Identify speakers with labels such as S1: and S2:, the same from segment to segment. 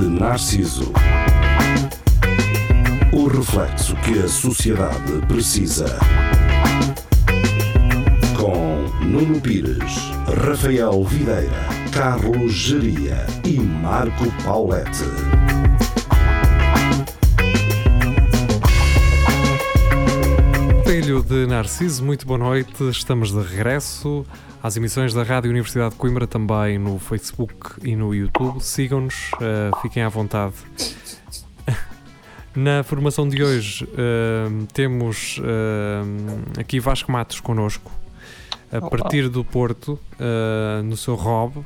S1: Narciso. O reflexo que a sociedade precisa. Com Nuno Pires, Rafael Videira, Carlos Geria e Marco Paulette.
S2: Telho de Narciso, muito boa noite. Estamos de regresso às emissões da Rádio Universidade de Coimbra, também no Facebook e no YouTube. Sigam-nos, eh, fiquem à vontade. Na formação de hoje eh, temos eh, aqui Vasco Matos connosco, a
S3: Olá.
S2: partir do Porto, eh, no seu Rob.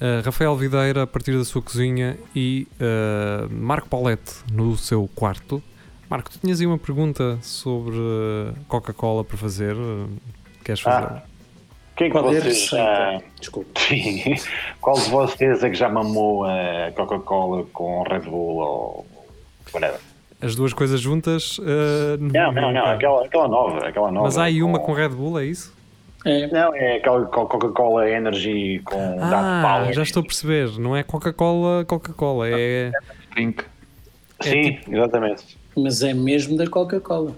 S2: eh, Rafael Videira, a partir da sua cozinha, e eh, Marco Paulette, no seu quarto. Marco, tu tinhas aí uma pergunta sobre eh, Coca-Cola para fazer? eh, Queres fazer?
S4: Ah, quem é que
S3: Qual é a
S4: vocês,
S3: receita?
S4: ah,
S3: Desculpa.
S4: sim. qual de vocês é que já mamou a Coca-Cola com Red Bull ou whatever?
S2: As duas coisas juntas? eh,
S4: Não, não, não,
S2: nunca.
S4: aquela, aquela nova, aquela nova.
S2: Mas há aí uma com Red Bull, é isso?
S3: É,
S4: Não, é aquela co- Coca-Cola Energy com Dark
S2: Ah,
S4: Power.
S2: já estou a perceber. Não é Coca-Cola, Coca-Cola. É...
S4: Drink. Sim,
S2: tipo-
S4: exatamente.
S3: mas é mesmo da Coca-Cola.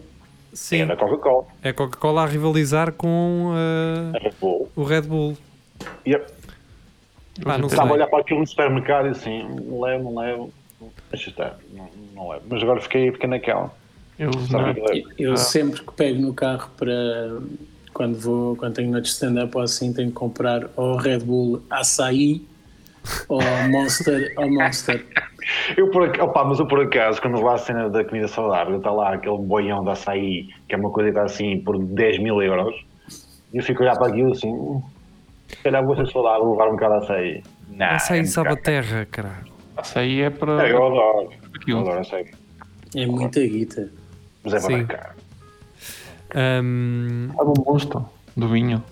S2: Sim,
S4: É da Coca-Cola,
S2: é Coca-Cola a rivalizar com eh,
S4: a Red Bull.
S2: o Red Bull.
S4: Yep.
S2: Ah, não sei.
S4: Estava a olhar para aquilo no supermercado e assim, levo, não levo. Deixa estar, não, não levo. Mas agora fiquei, fiquei naquela.
S5: Eu,
S4: Sabe o que
S5: não,
S4: levo?
S3: Eu, eu
S2: Ah.
S3: sempre que pego no carro para quando vou, quando tenho noite de stand-up ou assim, tenho que comprar ou Red Bull açaí ou Monster ou Monster.
S4: Eu por ac- opá, mas eu por acaso, quando vou à cena da comida saudável, está lá aquele boião de açaí, que é uma coisa que está assim por 10 mil euros, e eu fico a olhar para aquilo assim, "Hum, se calhar vou ser saudável, vou levar um bocado de açaí. Não,
S2: Essa
S4: é um
S2: aí sabe a
S4: bocado.
S2: terra, caralho.
S5: isso aí é
S4: Não,
S5: para.
S4: eu adoro, eu
S5: Aquilo.
S4: adoro açaí,
S3: É muita guita.
S4: mas é para
S2: Sim.
S4: caro.
S2: Ahm,
S5: Sabe o gosto do vinho.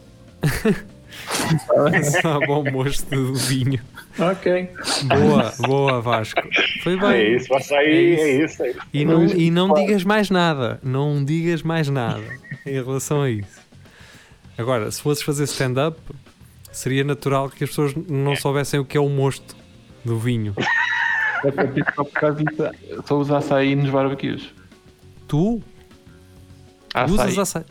S2: sabe ao mosto do vinho.
S3: Ok.
S2: Boa, boa, Vasco. Foi bem.
S4: É isso, o açaí,
S2: É
S4: é isso. É isso.
S2: E não, e não digas mais nada, não digas mais nada em relação a isso. Agora, se fosses fazer stand-up, seria natural que as pessoas não soubessem o que é o mosto do vinho.
S5: É que eu fico Só por causa disso, só usa açaí nos barbecues.
S2: Tu usas
S4: Ah,
S5: Açaí.
S2: açaí.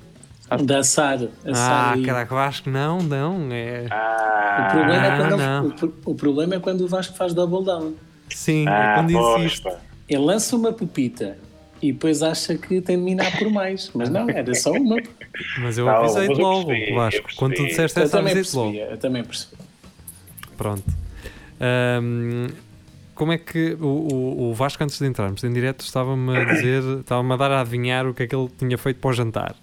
S3: Da Sara.
S2: Ah,
S3: açaí.
S2: caraca, Vasco, não, não. É...
S3: O
S4: Ah,
S3: problema, é
S2: Ah,
S3: quando
S2: não.
S3: ele- o pro- o problema é quando o Vasco faz double down.
S2: Sim, é
S4: ah,
S2: quando
S4: pois,
S2: insiste.
S4: pá.
S3: Ele lança uma pepita e depois acha que tem de minar por mais. Mas não, era só uma.
S2: Mas eu
S4: Não,
S2: avisei-te
S4: Tá mas eu
S2: logo,
S4: percebi, eu
S2: Vasco.
S4: percebi.
S2: Quando tu disseste
S3: Eu
S2: essa,
S3: também
S2: avisei-te logo.
S3: percebi, eu também percebi.
S2: Pronto. Ahm, como é que o, o- o Vasco, antes de entrarmos em direto, estava-me a dizer, estava-me a dar a adivinhar o que é que ele tinha feito para o jantar.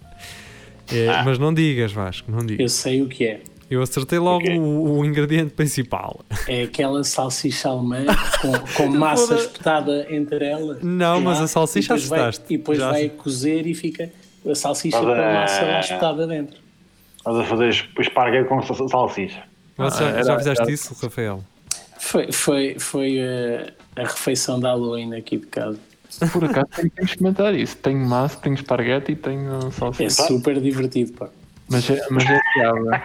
S2: É, Mas não digas, Vasco, não
S3: Eu
S2: digas.
S3: sei o que é.
S2: Eu acertei logo
S4: Ok.
S2: o, o ingrediente principal.
S3: É aquela salsicha alemã com, com massa
S2: Toda-
S3: espetada entre elas.
S2: Não, mas a salsicha
S3: e depois vai-
S2: acertaste.
S3: E depois
S2: Já-
S3: vai cozer e fica a salsicha
S4: Mas,
S3: com a
S4: eh,
S3: massa lá espetada dentro.
S4: Estás a fazer es- esparguete com sa- salsicha.
S2: Mas já, já fizeste isso, Rafael?
S3: Foi, foi, foi eh, a, refeição da Halloween aqui de casa.
S5: Por acaso tenho que experimentar isso. Tenho massa, tenho esparguete e tenho
S3: É
S5: salsicha.
S3: super divertido, pá.
S5: Mas é, mas é piada.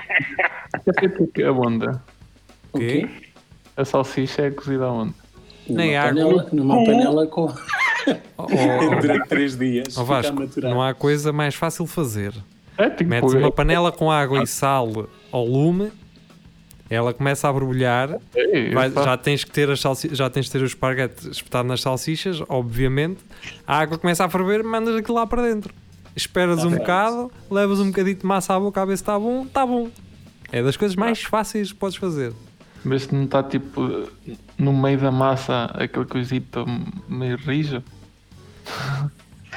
S5: É feito o quê? a onda.
S3: O
S2: quê?
S5: A salsicha é cozida a onda.
S3: Numa
S2: Nem água.
S3: panela, numa panela com.
S2: Oh, oh,
S3: Durante três dias.
S2: oh,
S3: fica a
S2: Vasco,
S3: maturar.
S2: não há coisa mais fácil fazer.
S5: É tipo.
S2: Metes
S5: é-
S2: uma panela com água e sal ao lume, ela começa a borbulhar
S5: é,
S2: Vai-
S5: pá,
S2: já tens que ter as salsi- já tens de ter o esparguete espetado nas salsichas, obviamente. A água começa a ferver, mandas aquilo lá para dentro. Esperas
S4: Tá
S2: um bocado, levas um bocadinho de massa à boca a ver se está bom, está bom. É das coisas mais
S4: Tá.
S2: fáceis que podes fazer.
S5: Mas se não está tipo no meio da massa aquele coisito meio rijo.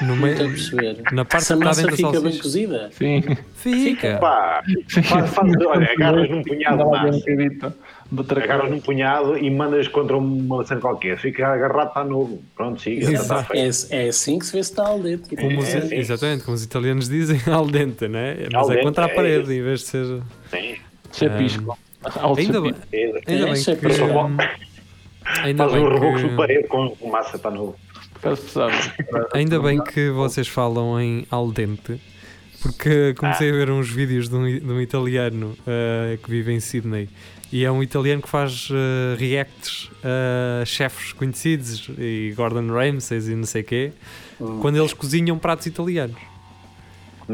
S2: No
S3: Não
S2: meio-
S3: Estou Tá a perceber.
S2: Na parte
S3: Se a
S2: que está
S3: massa
S2: dentro da
S3: fica bem
S2: salsicha.
S3: cozida.
S5: Sim.
S2: Fica.
S4: Pá, faz, faz, olha, agarras num punhado de
S5: Dá lá
S4: massa.
S5: um bocadito de outra
S4: agarras num punhado e mandas contra uma cena qualquer. Fica agarrado, está novo. Pronto, siga. tá
S2: Exato.
S4: Está feito.
S3: É, é assim que se vê se está ao dedo.
S2: Como os,
S4: É, é.
S2: exatamente, como os italianos dizem, al dente, né? Mas
S4: Al
S2: é
S4: dente,
S2: contra a
S4: é
S2: parede,
S4: isso.
S2: em vez de ser.
S4: Sim.
S5: Chapisco. Alto
S2: Ainda bem,
S5: chapisco.
S4: É.
S2: ainda
S3: É,
S2: bem
S3: isso é
S2: que.
S3: possível.
S2: Ainda
S4: Faz um
S2: bem
S4: reboco
S2: que...
S4: de parede com, com massa, está novo.
S5: Caso tu sabes.
S2: Ainda bem que vocês falam em al dente, porque comecei a ver uns vídeos de um, i- de um italiano eh, que vive em Sydney E é um italiano que faz eh, reacts a chefes conhecidos e Gordon Ramsays e não sei quê, quando eles cozinham pratos italianos.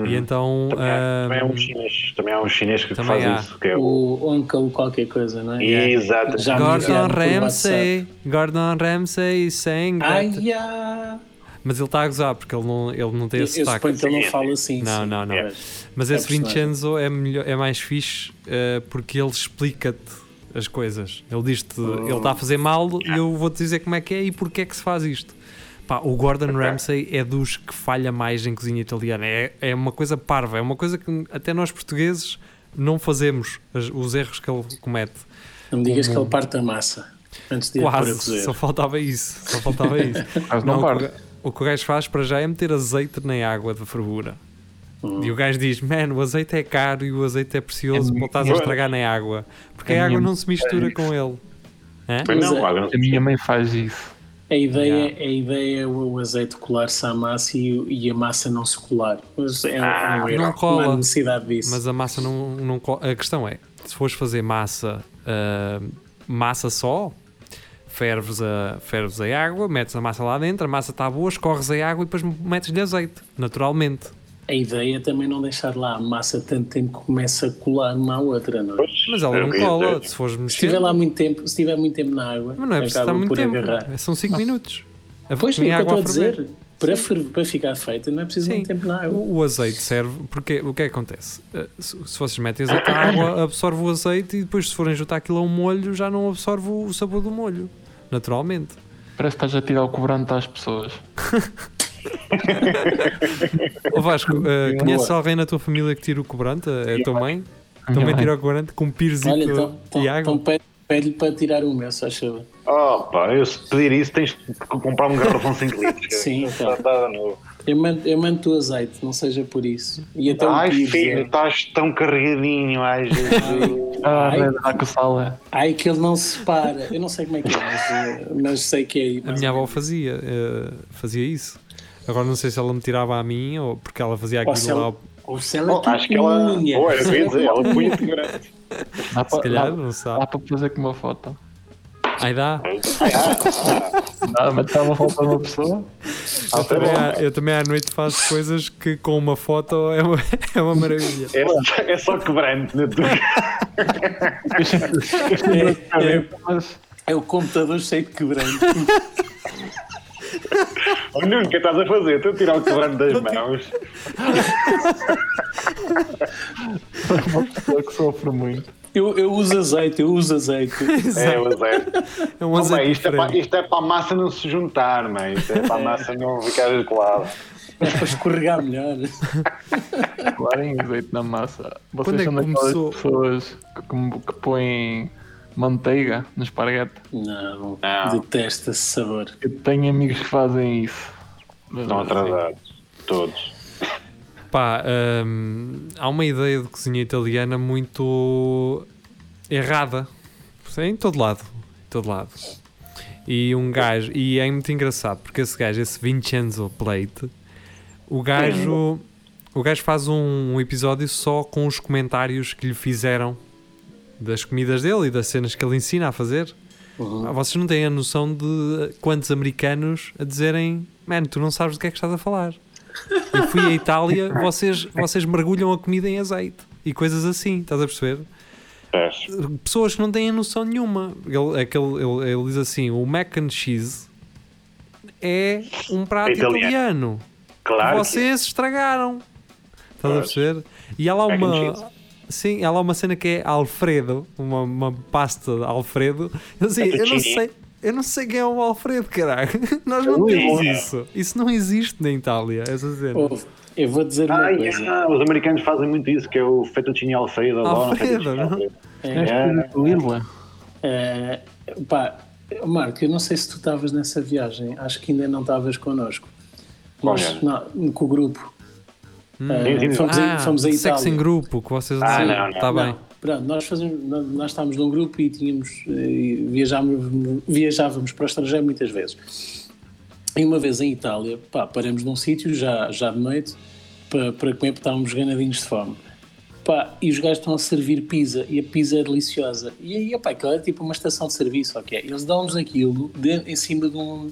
S2: E então.
S4: Também, há- também há
S2: ahm,
S4: um chinês, também há um chinês que
S2: também
S4: faz
S2: há.
S4: isso, que é o.
S3: O Uncle qualquer coisa, não é?
S4: Exato.
S3: Já me
S2: Gordon
S3: enviaram por WhatsApp.
S2: Ramsay, Gordon Ramsay is saying
S3: Ai,
S2: that-
S3: ah,
S2: Mas ele está a gozar porque ele não, ele não tem
S3: eu, eu
S2: esse sotaque.
S3: suponho que ele não fala assim.
S2: Não,
S3: sim.
S2: não, não.
S3: É.
S2: Mas esse
S3: personagem.
S2: Vincenzo é, melhor, é mais fixe eh, porque ele explica-te as coisas. Ele diz-te,
S3: Hum.
S2: ele está a fazer mal e eu vou-te dizer como é que é e porque é que se faz isto. Pá, o Gordon Ramsay é dos que falha mais em cozinha italiana. É, é uma coisa parva, é uma coisa que até nós portugueses não fazemos as- os erros que ele comete.
S3: Não me digas que ele parte a massa antes de ir para
S2: Quase,
S3: cozer.
S2: só faltava isso. Só faltava isso.
S5: Mas não,
S2: o
S5: parte.
S2: que o ga- O que o gajo faz para já é meter azeite na água da fervura. E o gajo diz: Man, o azeite é caro e o azeite é precioso,
S5: É
S2: pô, estás a
S4: muito-
S2: estragar na água. Porque
S5: É
S2: a água
S5: muito-
S2: não se mistura com ele. Hã?
S4: Mas
S3: Mas
S4: não,
S3: é-
S4: agora não
S5: A minha mãe faz isso.
S3: A ideia, a ideia é o azeite colar-se à massa e, e a massa não se colar. Mas é um-
S4: Ah,
S3: um erro.
S2: não cola.
S3: Não há necessidade disso.
S2: Mas a massa não, não. co- A questão é: se fores fazer massa, ah, massa só, ferves a, ferves a água, metes a massa lá dentro, a massa está boa, escorres a água e depois metes-lhe azeite, naturalmente.
S3: A ideia é também não deixar lá a massa tanto tempo que começa a colar uma à outra, não é?
S4: Pois,
S2: Mas ela
S4: era o
S2: não
S4: que eu ia
S2: cola,
S4: dizer.
S2: se fores
S3: Se
S2: mexer.
S3: tiver lá muito tempo, se tiver muito tempo na água,
S2: Mas não é preciso estar
S3: acaba
S2: muito
S3: um por
S2: tempo. É,
S3: agarrar.
S2: São 5 minutos. A
S3: Pois,
S2: nem
S3: é o que eu estou a
S2: ferver.
S3: dizer. Para, ferver- para ficar feita, não é preciso
S2: Sim.
S3: muito tempo na água.
S2: O, o azeite serve porque o que é que acontece? Eh, Se, se vocês metem azeite, a água absorve o azeite e depois, se forem juntar aquilo a um molho, já não absorve o sabor do molho, naturalmente.
S5: Parece que estás a tirar o cobrante às pessoas.
S2: Ô Vasco, eh, conheces alguém na tua família que tira o cobrante? É a tua mãe? Também
S5: mãe.
S2: tira o cobrante com um pirzito
S3: Olha, então,
S2: e
S3: então,
S2: água?
S3: então pede- pede-lhe para tirar o meu, só achava.
S4: Oh, pá, eu se pedir isso tens de comprar um garrafão de 5 litros. cara.
S3: Sim,
S4: Tá-
S3: então.
S4: tá no-
S3: Eu mando, eu mando o azeite, não seja por isso. E até
S4: Ai,
S3: o pires,
S4: filho,
S3: é.
S4: estás tão carregadinho, ai, Jesus.
S5: Ah,
S3: Ai.
S5: Red Hack Sala.
S3: Ai, que ele não se para. Eu não sei como é que é, mas, eh, mas sei que é aí.
S2: A minha avó fazia, eh, fazia isso. Agora não sei se ela me tirava a mim ou porque ela fazia
S3: Ou se
S2: aquilo
S3: ela,
S2: lá.
S3: ou se ela
S4: Oh, acho que ela.
S3: punha.
S4: Boa, é eu ia dizer, ela punha de grande.
S5: Dá
S2: Se
S5: para
S2: calhar,
S5: dá,
S2: não sabe.
S5: dá para fazer com uma foto.
S2: Aí dá.
S5: Dá para tirar uma foto de uma pessoa.
S4: Tá
S5: Ah,
S2: Eu também, à, eu também à noite faço coisas que com uma foto é uma, é uma maravilha.
S4: É, é só quebrante na tua
S5: Mas
S3: É o computador cheio de quebrante.
S4: Oh, Nuno, o que estás a fazer? Estou a tirar o quebrante das mãos.
S5: uma pessoa que sofre muito.
S3: Eu, eu uso azeite, eu uso azeite.
S4: É, mas é.
S2: É um
S4: Oh, mãe,
S2: azeite
S4: isto, é para,
S2: diferente.
S4: isto é para a massa não se juntar, mãe. Isto é para a massa não ficar colada.
S3: É para escorregar melhor.
S5: Claro, azeite na massa.
S2: Quando
S5: Vocês
S2: é
S5: são
S2: que
S5: daquelas
S2: começou?
S5: pessoas que, que, que põem manteiga no esparguete.
S3: Não,
S4: Não.
S3: detesto esse sabor.
S5: Eu tenho amigos que fazem isso.
S4: Estão atrasados. Todos.
S2: Pá, hum, há uma ideia de cozinha italiana muito errada. É Em todo lado. Em todo lado. E um gajo, e é muito engraçado porque esse gajo, esse Vincenzo Plate, o gajo, o gajo faz um, um episódio só com os comentários que lhe fizeram das comidas dele e das cenas que ele ensina a fazer. Ah, Vocês não têm a noção de quantos americanos a dizerem: Mano, tu não sabes do que é que estás a falar. Eu fui à Itália, vocês, vocês mergulham a comida em azeite e coisas assim, estás a perceber?
S4: Teste.
S2: Pessoas que não têm noção nenhuma. Ele, aquele, ele, ele diz assim: o mac and cheese é um prato
S4: Italiano.
S2: italiano.
S4: Claro. que-
S2: Vocês estragaram. Estás a
S4: Pois.
S2: perceber? E há lá
S4: Mac and
S2: uma.
S4: cheese.
S2: Sim, há lá uma cena que é Alfredo, uma, uma pasta de Alfredo. Eu, assim, eu não
S4: Fettuccine.
S2: sei. Eu não sei quem é o Alfredo, caralho. Nós não temos
S4: Luísa.
S2: isso. Isso não existe na Itália, essa cena.
S3: Ouve, eu vou dizer uma
S4: Ah,
S3: coisa.
S4: yeah, os americanos fazem muito isso, que é o fettuccine alfredo. adoram
S2: Alfredo,
S4: fettuccine
S2: não? é?
S4: alfredo. É,
S5: Tens coisas de Lila.
S3: Eh, pá, Marco, eu não sei se tu estavas nessa viagem. Acho que ainda não estavas connosco.
S4: Qual
S3: Nós,
S4: viagem?
S3: não, com o grupo. Eh,
S4: Sim, sim.
S3: fomos,
S2: Ah,
S3: a, fomos a Itália.
S2: sexo em grupo, que vocês
S4: Ah,
S2: dizem.
S4: não, não.
S2: Tá bem.
S3: Não, pronto, nós, fazemos, nós, nós estávamos num grupo e tínhamos, eh, viajávamos, viajávamos para o estrangeiro muitas vezes. E uma vez em Itália, pá, paramos num sítio já, já de noite para, para comer porque estávamos ganadinhos de fome. Pá, e os gajos estão a servir pizza e a pizza é deliciosa. E aí, opá, aquilo é tipo uma estação de serviço, ok? Eles dão-nos aquilo de- em cima de um.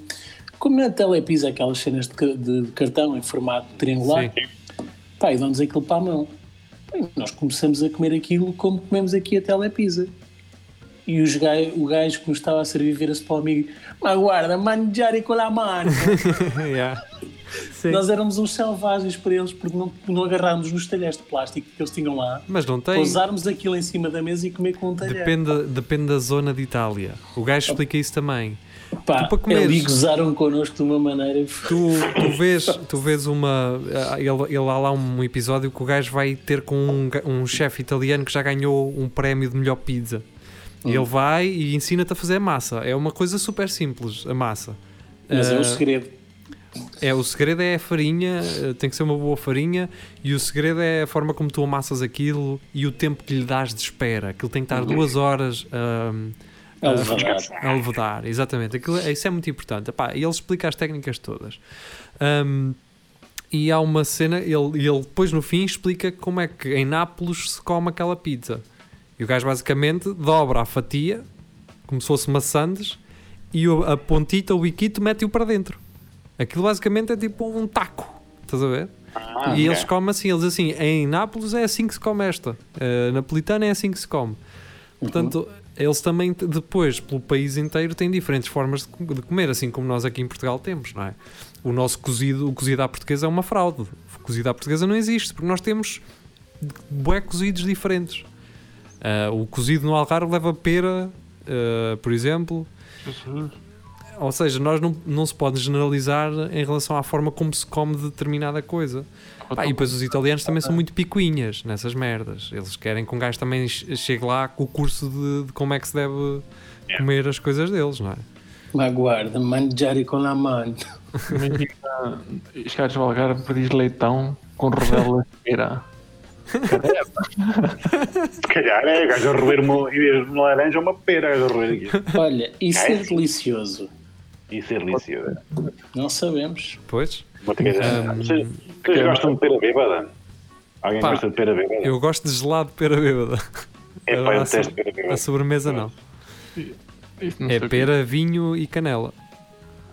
S3: Como na telepizza, aquelas cenas de, ca- de cartão em formato triangular,
S2: Sim.
S3: pá, e dão-nos aquilo para a mão. Pá, e nós começamos a comer aquilo como comemos aqui a telepizza. E os gai- o gajo que nos estava a servir vira-se para o amigo: Ma guarda, mangiare con la mano.
S2: yeah. Sim.
S3: Nós éramos uns selvagens para eles porque não, não agarrámos nos talheres de plástico que eles tinham lá
S2: Mas não tem.
S3: pousarmos aquilo em cima da mesa e comer com um talher.
S2: Depende, depende da zona de Itália. O gajo explica isso também.
S3: Pá,
S2: tu para comeres.
S3: ali gozaram connosco de uma maneira.
S2: Tu, tu vês, tu vês uma. ah, Ele, ele há lá um episódio que o gajo vai ter com um, ga- um chefe italiano que já ganhou um prémio de melhor pizza. E ele vai e ensina-te a fazer a massa. É uma coisa super simples, a massa.
S3: Mas é
S2: Ah,
S3: um segredo.
S2: É, o segredo é a farinha, eh, tem que ser uma boa farinha, e o segredo é a forma como tu amassas aquilo e o tempo que lhe dás de espera. Aquilo tem que estar duas horas ahm, ah.
S3: É verdade.
S2: a levedar, exatamente. Aquilo, isso é muito importante. Epá, e ele explica as técnicas todas. Ahm, e há uma cena, ele, e ele depois no fim explica como é que em Nápoles se come aquela pizza. E o gajo basicamente dobra a fatia, como se fosse maçãs, e o- a pontita, o biquito, mete-o para dentro. Aquilo basicamente é tipo um taco, estás a ver?
S4: Ah,
S2: e
S4: ok.
S2: eles comem assim, eles assim, em Nápoles é assim que se come esta, eh, napolitana é assim que se come. Portanto, eles também t- depois, pelo país inteiro, têm diferentes formas de, co- de comer, assim como nós aqui em Portugal temos, não é? O nosso cozido, o cozido à portuguesa é uma fraude. O cozido à portuguesa não existe, porque nós temos bué cozidos diferentes. Ah, o cozido no Algarve leva pera, ah, por exemplo. Ou seja, nós não, não se pode generalizar em relação à forma como se come determinada coisa. Pá, e depois os italianos também são muito picuinhas nessas merdas. Eles querem que um gajo também che- chegue lá com o curso de, de como é que se deve
S4: É.
S2: comer as coisas deles, não é?
S3: Ma guarda, mangiare con la mano.
S5: assim, Os caras do Algarve pedis leitão com rodela de pera.
S4: Se calhar é, o gajo a roer uma, em vez de uma laranja, uma pera, o gajo a roer aqui.
S3: Olha, isso é
S4: É.
S3: delicioso.
S4: Isso é delicioso.
S3: Não sabemos.
S2: Pois.
S4: Uma
S2: Hum,
S4: tequila. Vocês vocês gostam de pera bêbada? Alguém
S2: Pá,
S4: gosta de pera bêbada?
S2: Eu gosto de gelado de pera bêbada.
S4: É pá, eu
S2: a, so-
S4: detesto pera bêbada.
S2: a sobremesa não.
S5: Isso não
S2: É
S5: sei o quê.
S2: pera, vinho e canela.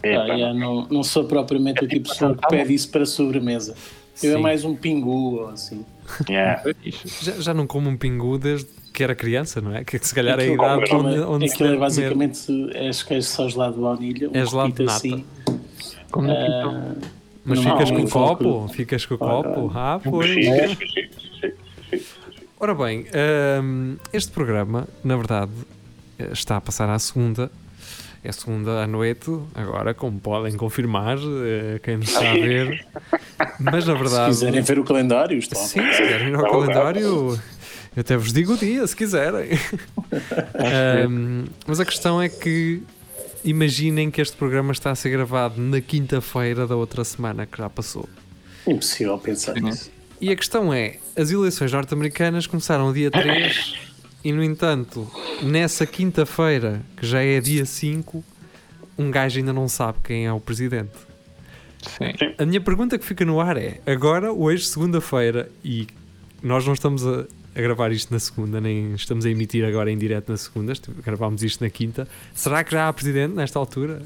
S4: É,
S3: Pá,
S4: pá,
S3: já não, não sou propriamente o tipo de pessoa que pede isso para sobremesa. Eu é
S2: Sim.
S3: mais um pingu ou assim.
S4: yeah.
S5: Isso.
S2: Já, já não como um pingu desde que era criança, não é? Que se calhar é a
S3: Aquilo-
S2: idade
S4: Como
S2: onde,
S3: Aquilo
S2: onde
S3: é-
S2: se
S3: aquilo é
S2: deve comer.
S3: basicamente é queijo só gelado de baunilha, um
S2: É gelado de
S3: copito
S2: nata.
S3: assim. ah,
S5: Como é que então?
S2: Mas
S3: Não, um
S2: ficas
S3: não,
S2: com o
S3: não, não.
S2: copo? Ficas com o copo? Ah,
S3: um
S2: pois.
S4: Fuxigas, fuxigas, fuxigas, fuxigas.
S2: Ora bem, hum, este programa, na verdade, eh, está a passar à segunda. É segunda à noite, agora, como podem confirmar, eh, quem nos está a ver. Mas na
S3: Se
S2: verdade.
S3: quiserem ver o calendário, estão a
S2: Sim, se quiserem ir ao
S4: Tá bom, tá.
S2: calendário, eu até vos digo o dia, se quiserem. Ahm, mas a questão é que imaginem que este programa está a ser gravado na quinta-feira da outra semana que já passou.
S3: é Impossível pensar nisso.
S2: E a questão é: as eleições norte-americanas começaram no dia 3 e, no entanto, nessa quinta-feira, que já é dia 5, um gajo ainda não sabe quem é o presidente.
S5: Sim.
S2: A minha pergunta que fica no ar é: agora, hoje, segunda-feira, e nós não estamos a, a gravar isto na segunda, nem estamos a emitir agora em direto na segunda, este- gravámos isto na quinta, será que já há presidente nesta altura?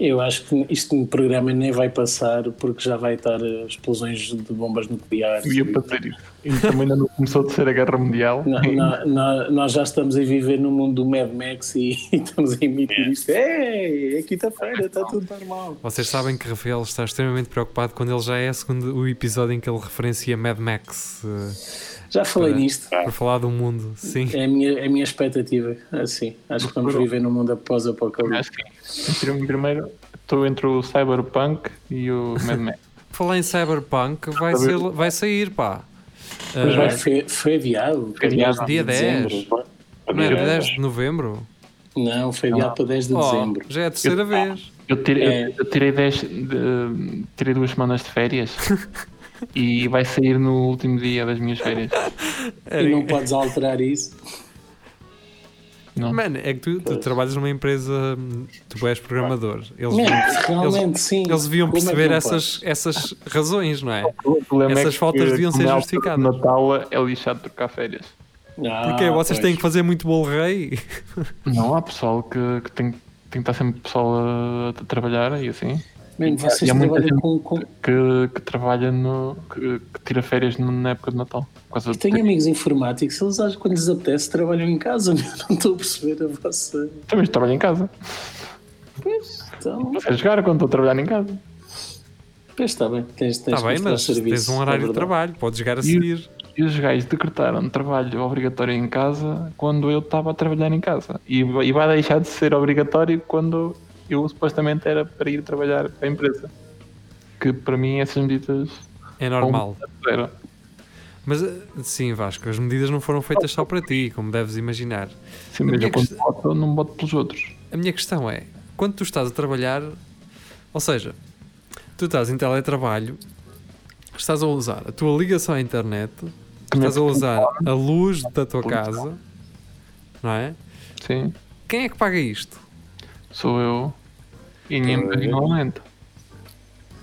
S3: Eu acho que isto no programa nem vai passar porque já vai estar eh, explosões de bombas nucleares.
S5: Eu ia fazer isso. E também ainda não começou a Terceira Guerra Mundial.
S3: Nó- nó- nó- nós já estamos a viver no mundo do Mad Max e, estamos a emitir isto. É, é quinta-feira, está tudo normal.
S2: Vocês sabem que Rafael está extremamente preocupado quando ele já é segundo o episódio em que ele referencia Mad Max. eh,
S3: Já
S5: É.
S3: falei
S2: Para-
S3: nisto.
S5: Ah.
S2: Por falar do mundo, sim.
S3: É a minha, é a minha expectativa. Assim, acho que vamos viver num mundo após apocalipse.
S5: Acho que sim. Primeiro, estou entre o Cyberpunk e o Mad Max.
S2: Por Falar em Cyberpunk, vai, ser, vai sair, pá.
S3: Mas vai,
S2: Ah,
S3: foi, foi adiado.
S5: Foi adiado.
S3: para
S2: Dia
S3: dezembro.
S2: não era 10 de novembro?
S3: Não, foi adiado para 10 de
S2: Oh,
S3: dezembro.
S2: já é a terceira vez.
S5: Eu tirei, eu-
S3: É.
S5: eu tirei, dez, de- tirei duas semanas de férias e vai sair no último dia das minhas férias.
S3: E não podes alterar isso.
S5: Não.
S2: Mano, é que tu, tu
S3: Ah. Pois.
S2: trabalhas numa empresa, hum, tu és programador. Eles
S3: Man,
S2: vão
S3: realmente, sim.
S2: Eles deviam
S3: Como é que
S2: perceber
S3: não Ah,
S2: essas, essas razões, não é?
S5: O problema
S2: Essas faltas deviam ser
S5: como é a altura
S2: justificadas.
S5: de Natal é lixado trocar férias.
S3: pode? Ah,
S2: Porque vocês têm que
S3: pois.
S2: fazer muito bolo rei. Tá
S5: Não, há pessoal que, que tem, tem que estar sempre pessoal a, a trabalhar e assim.
S3: Man, vocês
S5: E há muita
S3: trabalham
S5: gente-
S3: com. com...
S5: Que, que trabalha no. Que, que tira férias no- na época de Natal. Por causa
S3: Eu tenho
S5: de-
S3: amigos informáticos, eles acham que quando lhes apetece trabalham em casa, meu. não estou a perceber a vossa.
S5: Também trabalho em casa.
S3: Pois, então,
S5: Não sei jogar quando estou a trabalhar em casa.
S3: pois está bem, tens, tens
S2: Está bem,
S3: que mostrar
S2: mas
S3: serviço.
S2: tens um horário
S3: é
S2: de
S3: verdade.
S2: trabalho, podes jogar a
S5: E-
S2: seguir.
S5: E os gajos decretaram trabalho obrigatório em casa quando eu estava a trabalhar em casa. E, va- e vai deixar de ser obrigatório quando eu supostamente era para ir trabalhar para a empresa. Que para mim essas medidas.
S2: É normal.
S5: Zero.
S2: Mas eh, sim, Vasco, as medidas não foram feitas só para ti, como deves imaginar.
S5: Sim,
S2: Mas
S5: mas eu
S2: é que
S5: quando
S2: se-
S5: voto, eu não voto pelos outros.
S2: A minha questão é, quando tu estás a trabalhar, ou seja, tu estás em teletrabalho, estás a usar a tua ligação à internet, estás a usar a luz da tua casa, não é?
S5: Sim,
S2: Quem é que paga isto?
S5: assim, sou eu. E ninguém me deu
S3: é.
S5: nenhum aumento.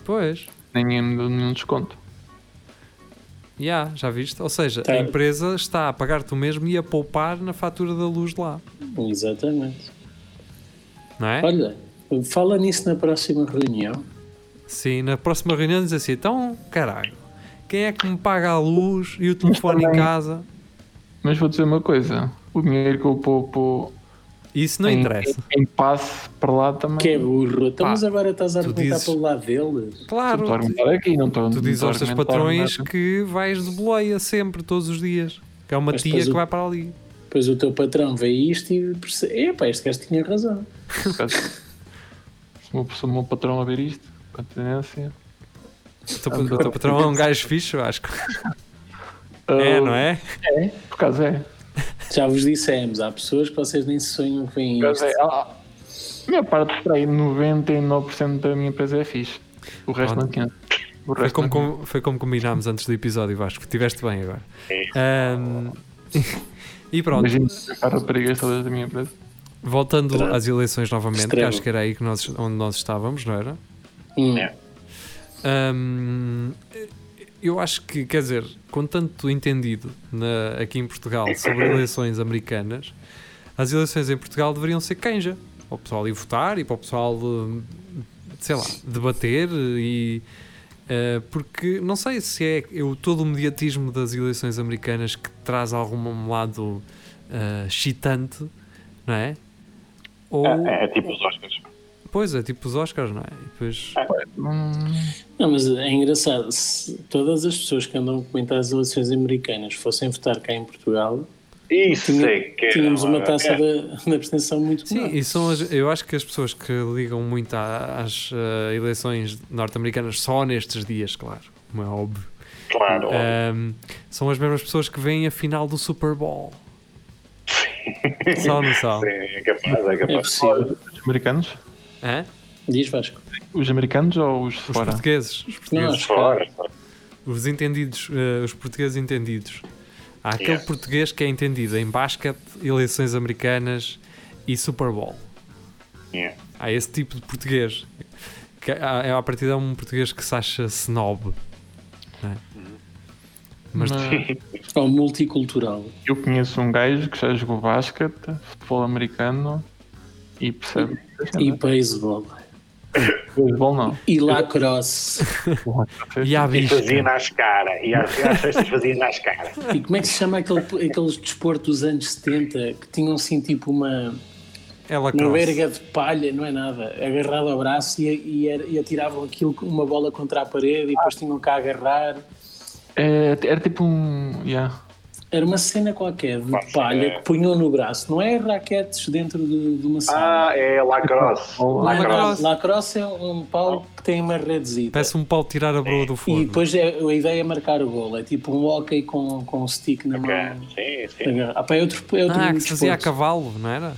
S2: Pois,
S5: Ninguém me deu nenhum desconto.
S2: já, já viste? Ou seja,
S3: Tá.
S2: a empresa está a pagar-te o mesmo e a poupar na fatura da luz de lá,
S3: Exatamente.
S2: não é?
S3: Olha, fala nisso na próxima reunião.
S2: Sim, na próxima reunião diz assim, então, caralho, quem é que me paga a luz e o telefone em
S5: também-
S2: casa?
S5: Mas vou dizer uma coisa: o dinheiro que eu poupo
S2: Isso não
S5: em,
S2: interessa.
S5: em passe para lá também.
S3: Que é burro. Então,
S2: Hum. Pá,
S3: mas agora estás a
S2: tu
S3: argumentar
S2: dizes-
S3: pelo lado deles.
S5: Não estou a
S2: Claro,
S5: argumentar aqui, não estou
S2: Tu dizes aos teus patrões que vais de boleia sempre, todos os dias. Que é uma
S3: Mas
S2: tia
S3: depois
S2: que
S3: o-
S2: vai para ali.
S3: Depois o teu patrão vê isto e percebe. Epá, este gajo tinha razão.
S5: Se o meu- se o meu patrão a ver isto, com tendência.
S2: O teu, o teu patrão é um gajo fixe, eu acho. que- É, não é?
S5: Ah, Por acaso é.
S3: Já vos dissemos, há pessoas que vocês nem sonham que veem
S5: Por
S3: isto.
S5: acaso é. Ah, a minha parte por aí, 99% da minha empresa é fixe. O resto
S2: Pronto.
S5: não tinha. O
S2: Foi
S5: resto
S2: como,
S5: não conheço.
S2: com- foi como combinámos antes do episódio, Vasco. Estiveste bem agora. Ahm, e pronto,
S5: Imagina a raparigas todas da minha empresa.
S2: voltando às eleições novamente, que
S3: Extremo.
S2: acho que era aí que nós, onde nós estávamos, não era?
S3: Hum,
S4: É.
S2: Hum, eu acho que, quer dizer, com tanto entendido na- aqui em Portugal sobre eleições americanas, as eleições em Portugal deveriam ser canja. Para o pessoal ir votar e para o pessoal, hum, sei lá, debater e. eh, porque não sei se é eu, todo o mediatismo das eleições americanas que traz algum lado eh, excitante, não é? Ou,
S4: É, é tipo os Oscars.
S2: pois é, tipo os Oscars, não é? E depois,
S5: Hum,
S3: Não, mas é engraçado. Se todas as pessoas que andam a comentar as eleições americanas fossem votar cá em Portugal,
S4: Isso
S3: tinha-
S4: é que era,
S3: tínhamos uma
S4: mano.
S3: taxa
S4: É.
S3: da, da abstenção muito
S2: Sim,
S3: menor.
S2: e são as- eu acho que as pessoas que ligam muito à- às eh, eleições norte-americanas só nestes dias, claro, como é óbvio,
S4: Claro.
S2: Ahm, são as mesmas pessoas que veem a final do Super Bowl. Só no sal.
S4: Sim, é capaz, é
S3: É
S4: capaz.
S3: possível.
S5: os americanos?
S2: Hã?
S3: Diz Vasco.
S5: Os americanos ou os,
S2: Os
S5: fora?
S2: portugueses, os portugueses,
S3: Nós.
S4: Fora, fora.
S2: os entendidos, eh, os portugueses entendidos. Há aquele
S4: Yeah.
S2: português que é entendido em basquete, eleições americanas e Super Bowl.
S4: Yeah.
S2: Há esse tipo de português. Que há- é a partir de um português que se acha snob. não é? Mas,
S5: Mas
S3: Ou multicultural.
S2: É
S5: eu conheço um gajo que já jogou basquete, futebol americano e percebe.
S3: E beisebol.
S5: Beisebol não.
S3: E lacrosse.
S2: e há
S4: E
S2: bicho.
S4: fazia nas caras. E às às festas fazia nas caras.
S3: E como é que se chama aquele, aqueles desportos dos anos 70 que tinham assim tipo uma,
S2: É
S3: uma
S2: lacrosse.
S3: verga de palha, não é nada, agarrado ao braço e, e, era- e atiravam aquilo com uma bola contra a parede e depois tinham cá a agarrar.
S5: É, era tipo um. Yeah.
S3: Era uma cena qualquer de
S4: Pá,
S3: palha
S4: é.
S3: que punham no braço, não é raquetes dentro de, de uma sala.
S4: Ah, é lacrosse.
S5: Olá.
S2: é lacrosse. Oh.
S3: Lacrosse é um pau que tem uma redesita.
S2: Parece um pau tirar a broa do
S3: E
S2: forno.
S3: depois é- a ideia é marcar o golo, é tipo um hockey com, com um stick na mão.
S4: Sim, sim.
S3: Agarrar. Ah, pá, é outro, é outro
S2: Ah, que se
S3: desporto.
S2: fazia a cavalo, não era?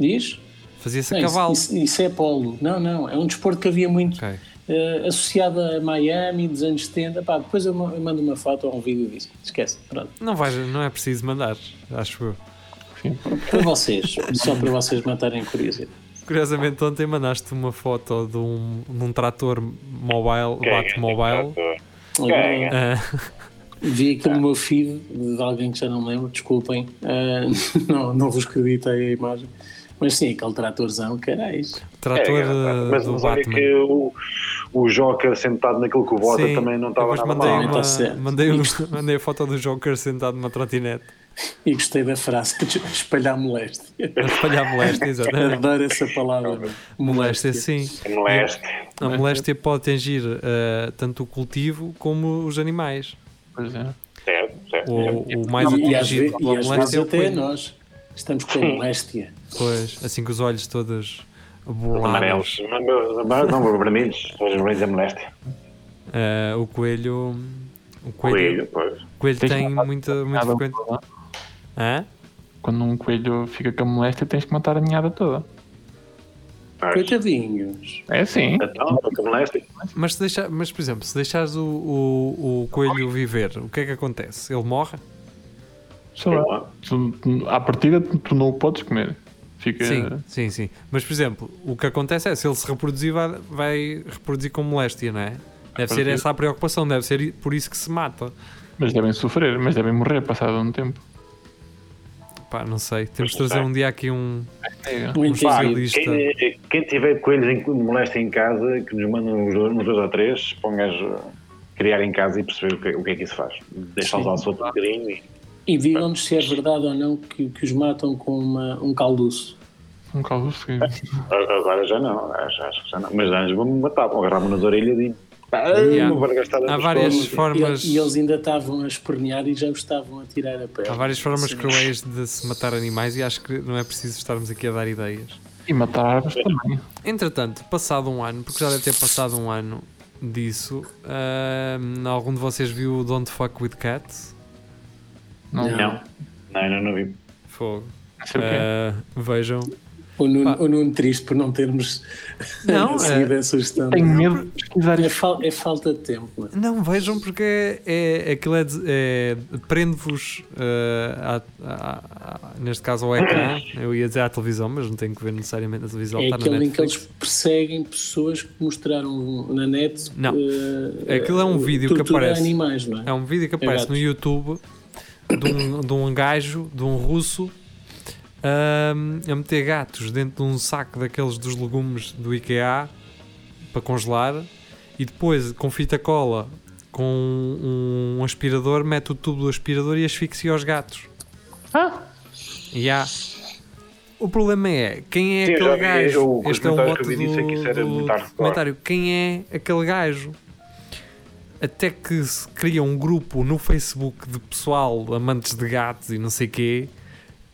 S3: Diz?
S2: Fazia-se
S3: Não,
S2: a
S3: isso-
S2: cavalo.
S3: Isso, isso é polo. Não, não. É um desporto que havia muito
S2: Ok.
S3: eh, associado a Miami dos anos 70. Pá, depois eu, ma- eu mando uma foto ou um vídeo disso. Esquece. Pronto.
S2: Não, vai, não é preciso mandar, acho eu.
S5: Sim.
S3: Para vocês, só para vocês matarem a curiosidade.
S2: Curiosamente, ontem mandaste uma foto de um, de um trator mobile, Batmobile.
S3: Agora,
S4: Quem?
S2: Ah,
S3: Vi aquilo no meu feed de alguém que já não me lembro, desculpem, ah, não, não vos acreditei a imagem. Mas sim, aquele tratorzão, carais.
S2: trator
S4: É,
S2: eh,
S4: mas
S2: do
S4: mas olha
S2: Batman.
S4: que o, o Joker sentado naquilo que o Bota
S2: Sim,
S4: também não
S2: eu
S4: estava
S2: depois
S4: nada
S2: mandei,
S4: mal.
S3: Não
S2: uma,
S3: tá certo.
S2: mandei, um- mandei a foto do Joker sentado numa trotinete
S3: E gostei da frase de espalhar moléstia.
S2: a espalhar moléstia, exatamente.
S3: Adoro essa palavra. meu.
S2: Moléstia, sim.
S4: No leste.
S2: A moléstia pode atingir eh, tanto o cultivo como os animais.
S5: Pois é.
S4: Certo, certo.
S2: O, o mais
S3: E, e às ve-
S2: atingido
S3: e
S2: pela
S3: às vezes
S2: moléstia é o
S3: até
S2: coelho.
S3: nós estamos com moléstia.
S2: Pois, assim com os olhos todos
S4: Amarelos.
S2: bolados.
S4: Amarelos não, vermelhos. Os vermelhos é moléstia.
S2: Eh, o coelho. O coelho,
S4: Coelho, pois.
S2: o coelho
S5: Tens
S2: tem
S5: que matar
S2: muita,
S5: a
S2: muito
S5: ninhada
S2: frequente.
S5: toda.
S2: Hã?
S5: Quando um coelho fica com a moléstia, tens que matar a ninhada toda.
S4: Pois.
S3: Coitadinhos.
S5: É sim.
S4: Então, porque moléstia.
S2: Mas, se deixar, mas, por exemplo, se deixares o, o, o coelho viver, o que é que acontece? Ele morre?
S5: Sei lá. Tu, tu- à partida, tu, tu não o podes comer. Fica.
S2: Sim, sim, sim. Mas, por exemplo, o que acontece é se ele se reproduzir, vai, vai reproduzir com moléstia, não é? Deve ser
S5: partida.
S2: essa a preocupação, deve ser i- por isso que se mata.
S5: Mas devem sofrer, mas devem morrer passado um tempo.
S2: Pá, não sei. Temos de
S4: Pois não
S2: trazer um dia aqui um,
S5: É.
S3: Um
S2: um
S3: entendido.
S2: especialista.
S4: Quem, é quem tiver coelhos em, moléstia em casa, que nos mandem uns dois, uns dois ou três, para um gajo criar em casa e perceber o que, o que é que isso faz. Deixá-los ao solto um bocadinho e.
S3: E digam-nos se é verdade ou não que, que os matam com uma- um calduço.
S5: Um caldo seguido.
S4: Agora já não, acho, acho que já não. Mas antes vão-me matar, vão agarrar-me nas orelhas e. Ah,
S2: Yeah.
S4: não vou gastar
S2: Há
S4: as
S2: várias
S4: coisas.
S2: formas.
S3: E, e eles ainda estavam a espernear e já os estavam a tirar a pele.
S2: Há várias formas
S3: Sim.
S2: cruéis de se matar animais e acho que não é preciso estarmos aqui a dar ideias.
S5: E matar árvores também.
S2: Entretanto, passado um ano, porque já deve ter passado um ano disso, ahm, algum de vocês viu o Don't Fuck With Cats?
S5: Não.
S3: Não.
S4: Não, não, não, não vi.
S2: Fogo.
S5: Não sei o quê.
S2: Ah, vejam.
S3: O
S2: Pá.
S3: Nuno, o Nuno triste por não termos
S2: Não,
S3: seguido
S2: é-
S3: a sugestão.
S5: Tenho medo de pesquisar
S3: É,
S5: isto.
S3: fal- é falta de tempo. mano.
S2: Não, vejam porque é, é- aquilo é, des- é- prende-vos ah, à- à- à- neste caso ao ecrã. Eu ia dizer à televisão, mas não tenho que ver necessariamente a televisão.
S3: É
S2: está na
S3: aquele em que
S2: Netflix.
S3: eles perseguem pessoas que mostraram na net.
S2: Não.
S3: eh,
S2: Aquilo é um vídeo que
S3: tortura a
S2: aparece.
S3: animais, não é?
S2: É um vídeo que aparece no
S3: gatos.
S2: YouTube de um, de um gajo, de um russo, ahm, a meter gatos dentro de um saco daqueles dos legumes do IKEA para congelar e depois com fita cola com um, um aspirador mete o tubo do aspirador e asfixia os gatos.
S5: Ah,
S2: E há. O problema é quem é
S4: Sim, eu
S2: aquele
S4: já vi, eu-
S2: gajo.
S4: os
S2: Este é um
S4: comentários
S2: bote
S4: que eu vi
S2: do,
S4: disso é que isso era
S2: do
S4: muito hardcore.
S2: documentário. Quem é aquele gajo? Até que se cria um grupo no Facebook de pessoal amantes de gatos e não sei quê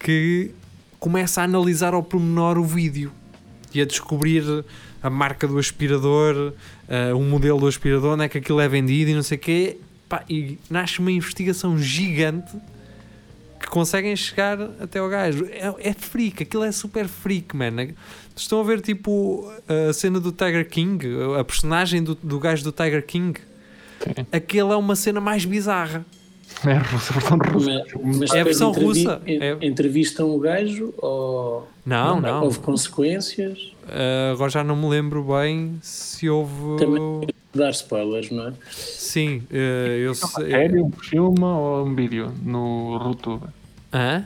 S2: que começa a analisar ao pormenor o vídeo e a descobrir a marca do aspirador, eh, o modelo do aspirador, onde é que aquilo é vendido e não sei o quê. Pá, e nasce uma investigação gigante que conseguem chegar até ao gajo. É, é freak, aquilo é super freak, man. Estão a ver tipo a cena do Tiger King, a personagem do, do gajo do Tiger King.
S5: Sim.
S2: Aquele é uma cena mais bizarra.
S5: é russa, versão russa.
S3: Mas- mas
S2: É a versão
S3: depois
S2: russa. É-
S3: Entrevistam o gajo ou
S2: Não, não.
S3: houve consequências?
S2: Ah, agora já não me lembro bem se houve.
S3: Também- Dar spoilers, não é?
S2: Sim, eh, eu sei.
S5: Sério, um filme ou um vídeo no YouTube?
S2: Hã?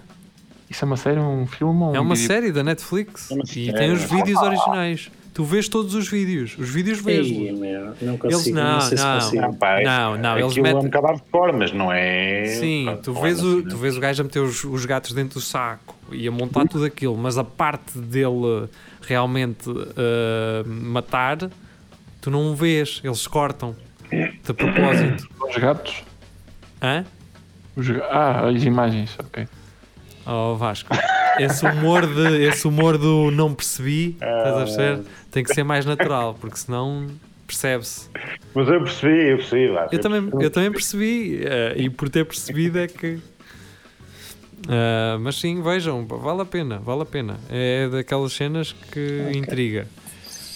S5: Isso é uma série, um filme ou um
S2: É uma
S5: vídeo?
S2: série da Netflix
S4: uma
S2: e
S4: série.
S2: tem os vídeos originais. Tu vês todos os vídeos. Os vídeos
S3: Ei,
S2: vês.
S3: meu, não
S2: Eles
S3: consigo, não,
S2: não,
S3: sei se consigo.
S2: não. Não, não, eles
S4: aquilo é um
S2: metem.
S4: bocado hardcore, mas não é.
S2: Sim,
S4: pronto,
S2: tu
S4: não é
S2: vês,
S4: assim,
S2: o,
S4: né?
S2: tu vês o gajo a meter os, os gatos dentro do saco e a montar tudo aquilo, mas a parte dele realmente eh, matar, tu não o vês, eles cortam de propósito.
S5: Os gatos?
S2: Hã?
S5: Os ga- Ah, as imagens, ok.
S2: Oh Vasco, esse humor, de, esse humor do não percebi, estás a perceber? Tem que ser mais natural, porque senão percebe-se.
S4: Mas eu percebi, eu percebi. vá,
S2: Eu também, eu também percebi, eh, e por ter percebido é que. Ah, mas sim, vejam, pá, vale a pena, vale a pena. É daquelas cenas que intriga.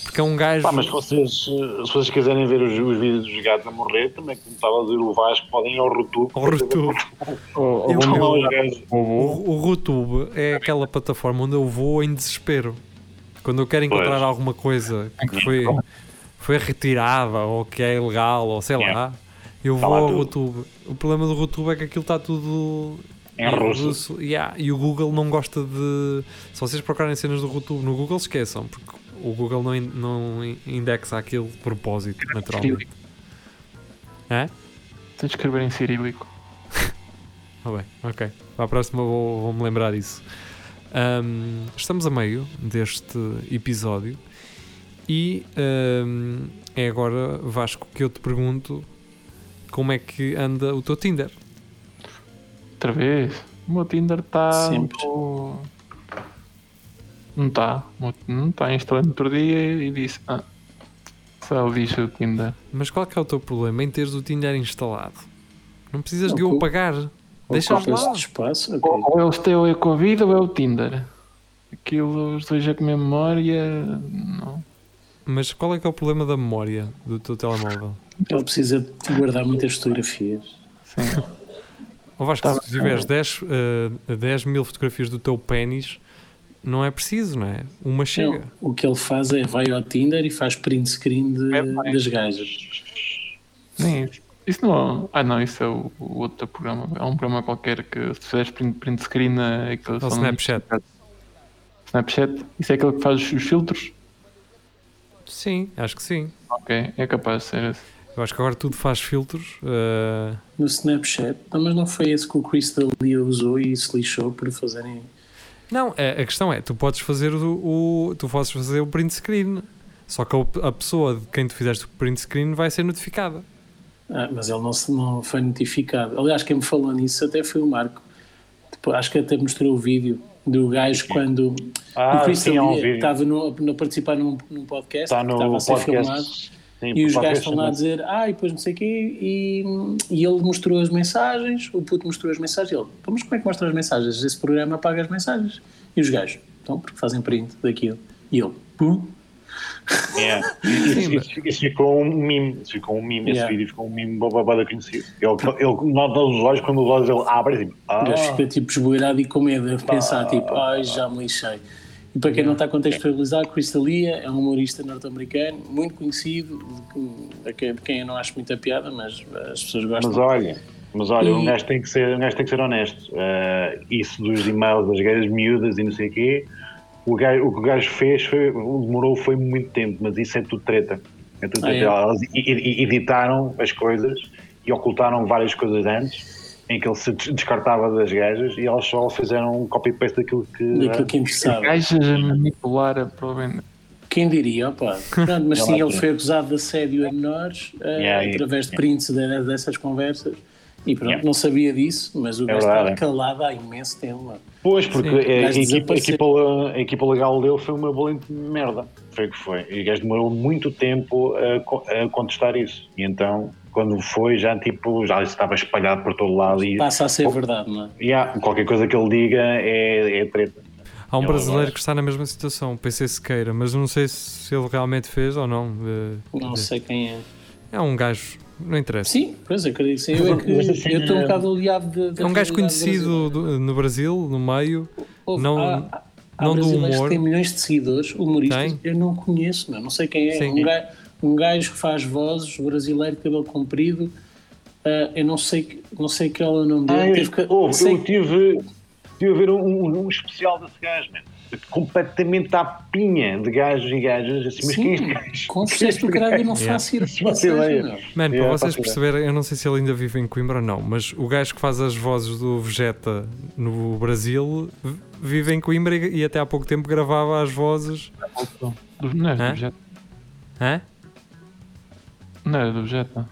S2: Porque que é um gajo.
S4: Pá, mas se vocês, eh, se vocês quiserem ver os, os vídeos dos gatos a morrer, também, como estava a dizer o Vasco, podem ir ao Rutu.
S2: Ao Rutube.
S5: Ou- ou
S2: Eu-
S5: vamos-
S4: Não, os gajos-
S5: ou-
S2: O, o Rutube é aquela plataforma onde eu vou em desespero. Quando eu quero encontrar
S4: Pois.
S2: alguma coisa que foi, foi retirada ou que é ilegal ou sei lá,
S4: Yeah.
S2: eu
S4: Está
S2: vou
S4: lá
S2: ao
S4: tudo.
S2: Rutube. O problema do Rutube é que aquilo está tudo
S4: Em russo.
S2: Yeah, E o Google não gosta de. Se vocês procurarem cenas do Rutube no Google, esqueçam, porque o Google não, in- não in- indexa aquilo de propósito, naturalmente. É?
S5: Tens de escrever em cirílico.
S2: Tá bem, ok. À próxima vou, vou me lembrar disso. Ahm, estamos a meio deste episódio e ahm, é agora, Vasco, que eu te pergunto como é que anda o teu Tinder.
S5: Outra vez. O meu Tinder está.
S3: Sempre.
S5: Não tá. está. Não está. Instalei no outro dia e disse. Ah, só lixo o Tinder.
S2: Mas qual que é o teu problema em teres o Tinder instalado? Não precisas de
S3: Não,
S2: o
S3: cu-
S2: apagar. Deixa-os
S3: Ocupa-se
S2: lá.
S3: de espaço, ok.
S5: Ou, ou eles têm ou é Covid ou é o Tinder. Aquilo, os dois é com a minha memória. Não.
S2: Mas qual é que é o problema da memória do teu telemóvel?
S3: Ele precisa de guardar muitas fotografias.
S5: Sim.
S2: Ó Vasco,
S5: Tá
S2: se tiveres 10, eh, 10 mil fotografias do teu pênis, não é preciso, não é? Uma chega.
S3: Não, o que ele faz é vai ao Tinder e faz print screen de-
S5: É bem.
S3: das gajas.
S5: Nem isso. Isso não. Ah, não, isso é o, o outro programa. É um programa qualquer que se fizeres print, print screen. é Aquilo
S2: Ao
S5: são-
S2: Snapchat.
S5: Snapchat. Isso é aquele que faz os filtros?
S2: Sim, acho que sim.
S5: Ok, é capaz de ser esse.
S2: Eu acho que agora tudo faz filtros. eh,
S3: No Snapchat. Não, mas não foi esse que o Chris D'Elia usou e se lixou por fazerem.
S2: Não, a, a questão é, tu podes fazer o, o- tu podes fazer o print screen. Só que a, a pessoa de quem tu fizeste o print screen vai ser notificada.
S3: Ah, mas ele não, se- não foi notificado. Aliás, quem me falou nisso até foi o Marco. Depois, acho que até mostrou o vídeo do gajo quando
S4: Ah,
S3: o Chris
S4: sim, há um
S3: D'Elia
S4: vídeo.
S3: estava no, a participar num, num podcast
S4: Está
S3: que
S4: no
S3: estava a ser filmado.
S4: podcast. Sim,
S3: E os
S4: podcast
S3: gajos estão lá
S4: também.
S3: a dizer, ah, e depois não sei o quê, e, e ele mostrou as mensagens, o puto mostrou as mensagens, e ele, "Pô, mas como é que mostra as mensagens? Esse programa apaga as mensagens. E os gajos, então, porque fazem print daquilo. E ele, pum,
S4: Yeah. Isso,
S2: Sim,
S4: isso- isso ficou um meme, isso ficou um meme,
S3: Yeah.
S4: esse vídeo ficou um meme bababada conhecido. Ele, ele nota os olhos quando os olhos ele abre e tipo, ah,
S3: o gajo fica tipo esboeirado e com medo, a pensar tipo, ai, já me lixei. E para quem não está contextualizado, Chris D'Elia é um humorista norte-americano, muito conhecido, de que- de quem eu não acho muita piada, mas eh, as pessoas gostam.
S4: mas olha, mas olha,
S3: E-
S4: um, gajo tem que ser, um gajo tem que ser honesto. Eh, isso dos e-mails das gajas miúdas e não sei o quê, o, gajo, o que o gajo fez foi, demorou foi muito tempo, mas isso é tudo treta. É tudo
S3: Ah,
S4: treta.
S3: é?
S4: Elas e- e- editaram as coisas e ocultaram várias coisas antes, em que ele se des- descartava das gajas e elas só fizeram um copy-paste daquilo que.
S3: Daquilo que interessava.
S4: eh,
S5: Gajas a manipular a problema.
S3: Quem diria, opa. Pronto, mas sim, ele
S4: altura.
S3: foi acusado de assédio a menores eh,
S4: Yeah, e-
S3: através de prints de- dessas conversas. E pronto,
S4: Yeah.
S3: não sabia disso, mas o gajo
S4: verdade, é.
S3: estava calado há imenso tempo. mano.
S4: Pois, porque
S2: Sim,
S4: eh, a,
S3: gajo
S4: equipa, a
S3: desapareceu.
S4: equipa- a equipa legal dele foi uma valente merda. Foi o que foi. E o gajo demorou muito tempo a, co- a contestar isso. E então, quando foi, já tipo, já estava espalhado por todo lado e,
S3: Passa a ser verdade, não é?
S4: e há- qualquer coisa que ele diga é, é treta.
S2: Há um
S4: Ele
S2: brasileiro
S4: agora-
S2: que está na mesma situação, o PC Sequeira, mas eu não sei se ele realmente fez ou não. eh,
S3: Não sei quem é.
S2: É um gajo, não interessa.
S3: Sim, pois acredito que sim. Eu é que-
S4: Mas assim,
S3: eu estou um
S4: eh,
S3: bocado aliado de, da
S2: É um gajo
S3: realidade
S2: conhecido do- no Brasil, no meio.
S3: Houve-
S2: não-
S3: há- há
S2: não do
S3: brasileiros que
S2: humor.
S3: têm milhões de seguidores, humoristas,
S2: Tem.
S3: eu não conheço, meu, não sei quem é.
S2: Sim.
S3: Um gajo, um gajo que faz vozes, brasileiro, cabelo comprido, ah, eu não sei, que- não sei qual é o nome dele.
S4: Ah,
S3: Teve que-
S4: eu, ouve,
S3: sei-
S4: eu tive, tive a ver um, um- um especial desse gajo, mano. Completamente à pinha de gajos e gajas. Assim, mas quem é
S3: Sim,
S4: este gajo?
S3: com certeza do caralho eu não
S2: Yeah.
S3: faço ideia.
S4: Não faço ideia. é
S3: meu.
S2: Mano,
S4: Yeah,
S2: para vocês
S4: faço ideia.
S2: perceberem, eu não sei se ele ainda vive em Coimbra ou não, mas o gajo que faz as vozes do Vegeta no Brasil v- vive em Coimbra e, e até há pouco tempo gravava as vozes.
S5: Dos- Não era
S2: Hã?
S5: do objeto.
S2: Hã?
S5: Não era do objeto.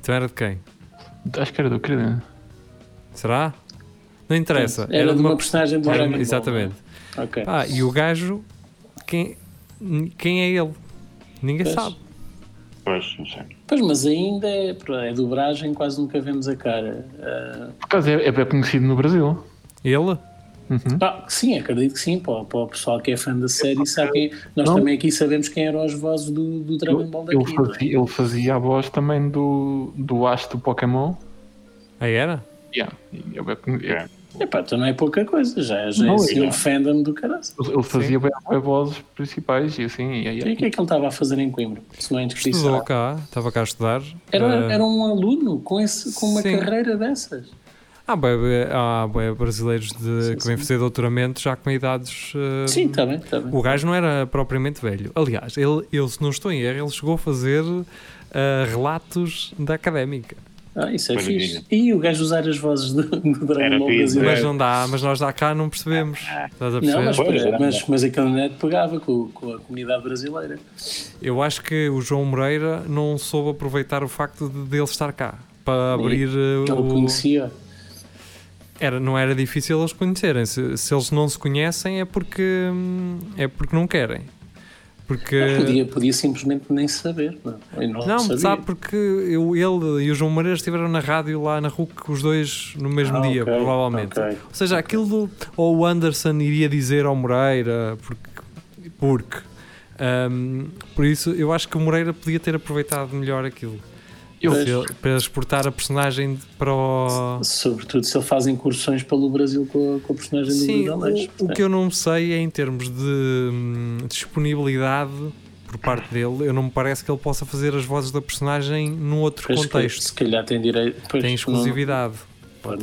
S2: Então era de quem?
S5: Acho que era do querido.
S2: Será? Não interessa.
S3: Era, de uma personagem do
S2: era-
S3: Dragon Ball.
S2: Exatamente.
S3: Ok.
S2: Ah, e o gajo, quem, quem é ele? Ninguém
S3: Pois.
S2: sabe.
S4: Pois, não sei.
S3: Pois, mas ainda é, é dobragem, quase nunca vemos a cara. Ah,
S5: Por acaso é, é bem conhecido no Brasil.
S2: Ele?
S5: Uhum.
S3: Pá, sim, acredito que sim. Para, o- para o pessoal que é fã da série, sabe quem, é. nós
S5: Não.
S3: também aqui sabemos quem eram os vozes do, do Dragon Ball
S5: Ele
S3: daqui. não é?
S5: fazia, ele fazia a voz também do, do Ash do Pokémon.
S2: Aí era?
S5: Yeah. E é eu- eu-
S4: Yeah.
S3: Epá, então não é pouca coisa, já, já é
S5: Não,
S3: assim,
S5: é.
S3: um fandom do caralho.
S5: Ele ele fazia bem as vozes principais e assim. E,
S3: E o que é que ele estava a fazer em Coimbra? Se não
S2: Estudou
S3: é indiscrição.
S2: cá, estava cá a estudar.
S3: Era,
S2: Eh,
S3: era um aluno com, esse, com uma
S2: Sim.
S3: carreira dessas.
S2: Há bué- bué- Ah, há bué brasileiros de- que vêm fazer doutoramento já com idades. eh,
S3: Sim, está bem, está bem.
S2: O gajo não era propriamente velho. Aliás, ele, ele, se não estou em erro, ele chegou a fazer eh, relatos da académica.
S3: Ah, isso é
S4: Pois
S3: fixe.
S4: é.
S3: E o gajo usar as vozes do, do Dragon
S4: Era
S3: Ball
S4: fixe,
S2: Mas
S3: brasileiro.
S2: não dá, mas nós lá cá não percebemos. Estás a
S3: Ah, Não,
S2: perceber?
S3: mas,
S4: Pois,
S3: mas,
S4: era.
S3: mas, aquele net pegava com, com a comunidade brasileira.
S2: Eu acho que o João Moreira não soube aproveitar o facto de, dele estar cá para abrir eh,
S3: Ele
S2: o.
S3: conhecia.
S2: Era, não era difícil eles conhecerem. Se, se eles não se conhecem é porque hum, é porque não querem. Porque
S3: Podia, podia simplesmente nem saber. Não, Eu não,
S2: Não,
S3: sabia.
S2: sabe porque eu, ele e o João Moreira estiveram na rádio lá na RUC os dois no mesmo
S3: Ah,
S2: dia,
S3: ok,
S2: provavelmente.
S3: ok.
S2: Ou seja, aquilo do, ou o Anderson iria dizer ao Moreira porque, porque Ahm, por isso eu acho que o Moreira podia ter aproveitado melhor aquilo.
S5: Eu-
S2: Se ele- para exportar a personagem de- para o.
S3: Sobretudo se ele faz incursões pelo Brasil com a, com a personagem
S2: Sim,
S3: do
S2: o,
S3: Bruno
S2: o que eu não sei é em termos de hum, disponibilidade por parte dele, eu não me parece que ele possa fazer as vozes da personagem num outro contexto.
S3: Se calhar tem direito. pois,
S2: tem
S3: não-
S2: exclusividade.
S3: Pode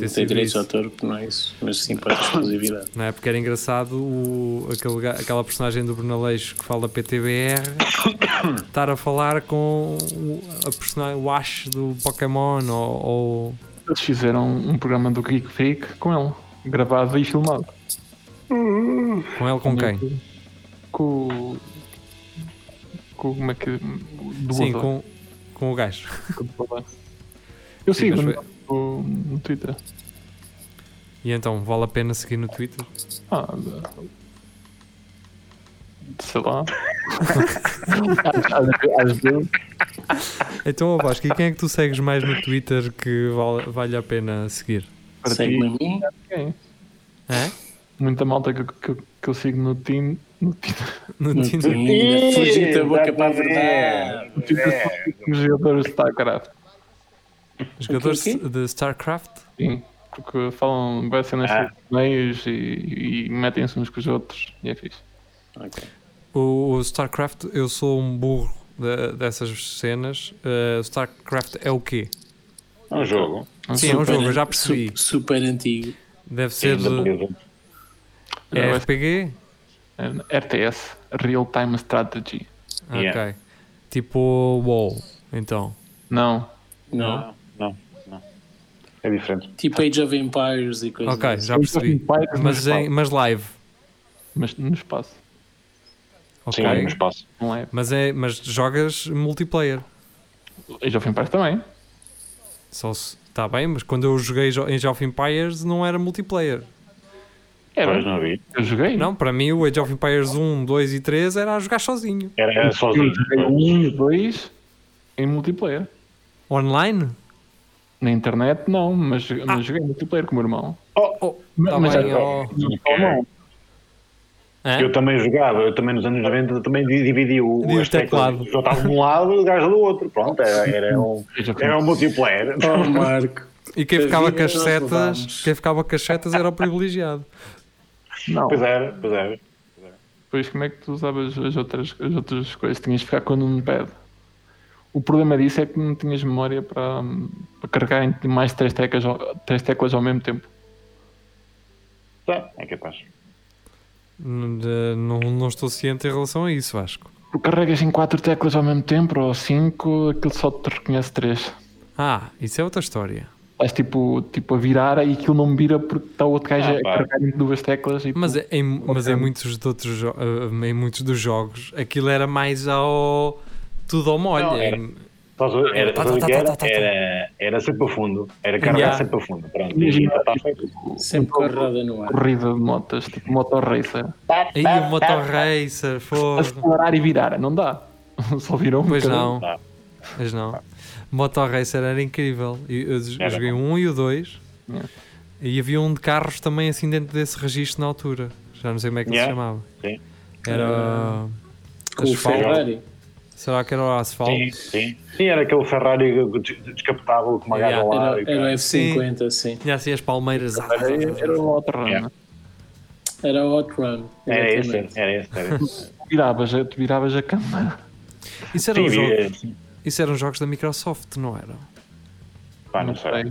S2: Pode ter
S3: não tem
S2: sido
S3: direitos de
S2: isso.
S3: autor, porque não é isso, mas sim pode ter exclusividade.
S2: Não é? Porque era engraçado o, aquele, ga- aquela personagem do Bruno Aleixo que fala PTBR estar a falar com o, a personagem, o Ash do Pokémon ou, ou-
S5: Eles fizeram um programa do Geek Freak com ele, gravado e filmado.
S2: com ele com quem?
S5: Com. o- Com como é que. Do
S2: Sim,
S5: Bulldog.
S2: com, com o gajo.
S5: Com o Bulldog. Eu
S2: Sim,
S5: sigo
S2: mas
S5: no,
S2: foi-
S5: no- no Twitter.
S2: E então, vale a pena seguir no Twitter?
S5: Ah, sei lá. às, às- às vezes.
S2: Então, ó Vasco, e quem é que tu segues mais no Twitter que vale, vale a pena seguir?
S5: Para
S3: Segue-me
S5: ti,
S3: a mim,
S5: quem?
S2: Hã?
S5: Muita malta que, que, que eu sigo no Tinder. No Tinder.
S2: No
S3: Hum,
S2: Tinder?
S3: Ih, fugir da boca para a
S4: exatamente.
S3: verdade.
S5: No Tinder
S4: É,
S5: sigo os jogadores de StarCraft.
S2: Jogadores
S3: quê?
S2: de StarCraft?
S5: Sim. Porque falam bem cenas
S4: Ah.
S5: sobre meios e, e metem-se uns com os outros. E é fixe.
S2: O, o StarCraft, eu sou um burro de- dessas cenas. Uh, StarCraft é o quê?
S4: É um jogo.
S2: Sim, é um
S3: super
S2: jogo, eu
S3: an-
S2: já percebi.
S3: su- Super antigo.
S2: Deve ser
S4: Ainda
S2: uh,
S4: por isso.
S2: é RPG?
S5: É RTS. Real Time Strategy.
S2: Ah,
S4: Yeah.
S2: Ok. Tipo WoW, então.
S5: Não.
S3: Não.
S4: Não, não. É diferente.
S3: Tipo Age of Empires e coisas
S2: Ok,
S3: assim.
S2: já percebi.
S5: Sim, vai-
S2: Mas, em- mas live.
S5: Mas no espaço.
S2: Ok.
S4: Sim, é no espaço.
S5: Não é?
S2: Mas, é, mas jogas multiplayer.
S5: Age of Empires também.
S2: Só se. Está bem, mas quando eu joguei jo- em Age of Empires não era multiplayer.
S5: Era.
S4: Pois não vi.
S5: Eu joguei.
S2: Não, para mim o Age of Empires 1, 2 e 3 era a jogar sozinho.
S4: Era, era
S5: Eu
S4: sozinho.
S5: joguei um e dois em multiplayer.
S2: Online?
S5: Na internet não, mas, mas joguei em multiplayer com o meu irmão.
S2: Ah. Oh,
S5: Mas-
S2: tá
S5: mas
S2: bem,
S5: já-
S2: oh.
S5: Ou não.
S2: Hã?
S4: Eu também jogava, eu também nos anos 90 também di- dividi o,
S2: Dividi o
S4: as teclas.
S2: teclado.
S4: Eu estava de um lado e o gajo do outro. Pronto, era, era, um, era um multiplayer.
S3: Oh, Marco.
S2: E quem
S3: A
S2: ficava
S3: vida
S2: com as
S3: nós
S2: setas,
S3: levamos.
S2: quem ficava com as setas era o privilegiado.
S5: Não.
S4: Pois era, pois era.
S5: Depois como é que tu usavas as outras, as outras coisas? Tinhas de ficar com o numpad. O problema disso é que não tinhas memória para, para carregar em mais três teclas, ao- três teclas ao mesmo tempo.
S4: Tá, É capaz.
S2: N- de- Não, não estou ciente em relação a isso, Vasco.
S5: Tu carregas em quatro teclas ao mesmo tempo ou cinco, aquilo só te reconhece três.
S2: Ah, isso é outra história.
S5: Estás tipo, tipo a virar e aquilo não vira porque está o outro gajo
S4: Ah,
S5: a
S4: pá.
S5: carregar em duas teclas e
S2: Mas,
S5: tu...
S2: é- em, mas em, muitos de outros, jo- eh, em muitos dos jogos, aquilo era mais ao. tudo ao molho.
S4: Não, era. Só se- Era,
S2: Tá, tá,
S4: sabe o
S2: tá,
S4: que
S2: tá,
S4: era?
S2: tá, tá, tá.
S4: era, era sempre a fundo. Era carregar
S2: Yeah.
S4: sempre a fundo. Pronto. E,
S5: Imagina,
S4: tá
S5: tipo,
S4: feito.
S3: Sempre com a roda no ar.
S5: corrida de motas, tipo motorracer.
S2: E o Motorracer, fogo.
S5: Acelerar e virar, não dá. Só virou um
S2: Pois
S5: bocadinho.
S2: não.
S4: Tá.
S2: Pois não. Motorracer era incrível. E Eu, eu
S4: Era
S2: joguei o
S4: bom.
S2: 1 e o 2.
S5: Yeah.
S2: E havia um de carros também assim dentro desse registro na altura. Já não sei como é que ele se
S4: Yeah.
S2: chamava.
S4: Sim.
S2: Era.
S3: Ah. Com o
S2: asfalto.
S3: Ferrari.
S2: Será que era o asfalto?
S4: Sim, sim. Sim, era aquele Ferrari des- descapotável com uma
S2: Yeah,
S4: gaja lá.
S3: Era,
S4: e
S3: era o
S4: caralho.
S3: F50, sim.
S2: Tinha assim as palmeiras. Ah,
S5: Era, era o outro ramo.
S4: Yeah.
S3: Era o Hot Run.
S5: É,
S4: Era esse,
S3: exatamente.
S4: era esse. Era esse.
S5: Tu viravas, a- tu viravas a câmara.
S2: Isso, eram
S4: Sim,
S2: jogos,
S4: vi- sim.
S2: isso eram jogos da Microsoft, não eram?
S4: Pá, não sei.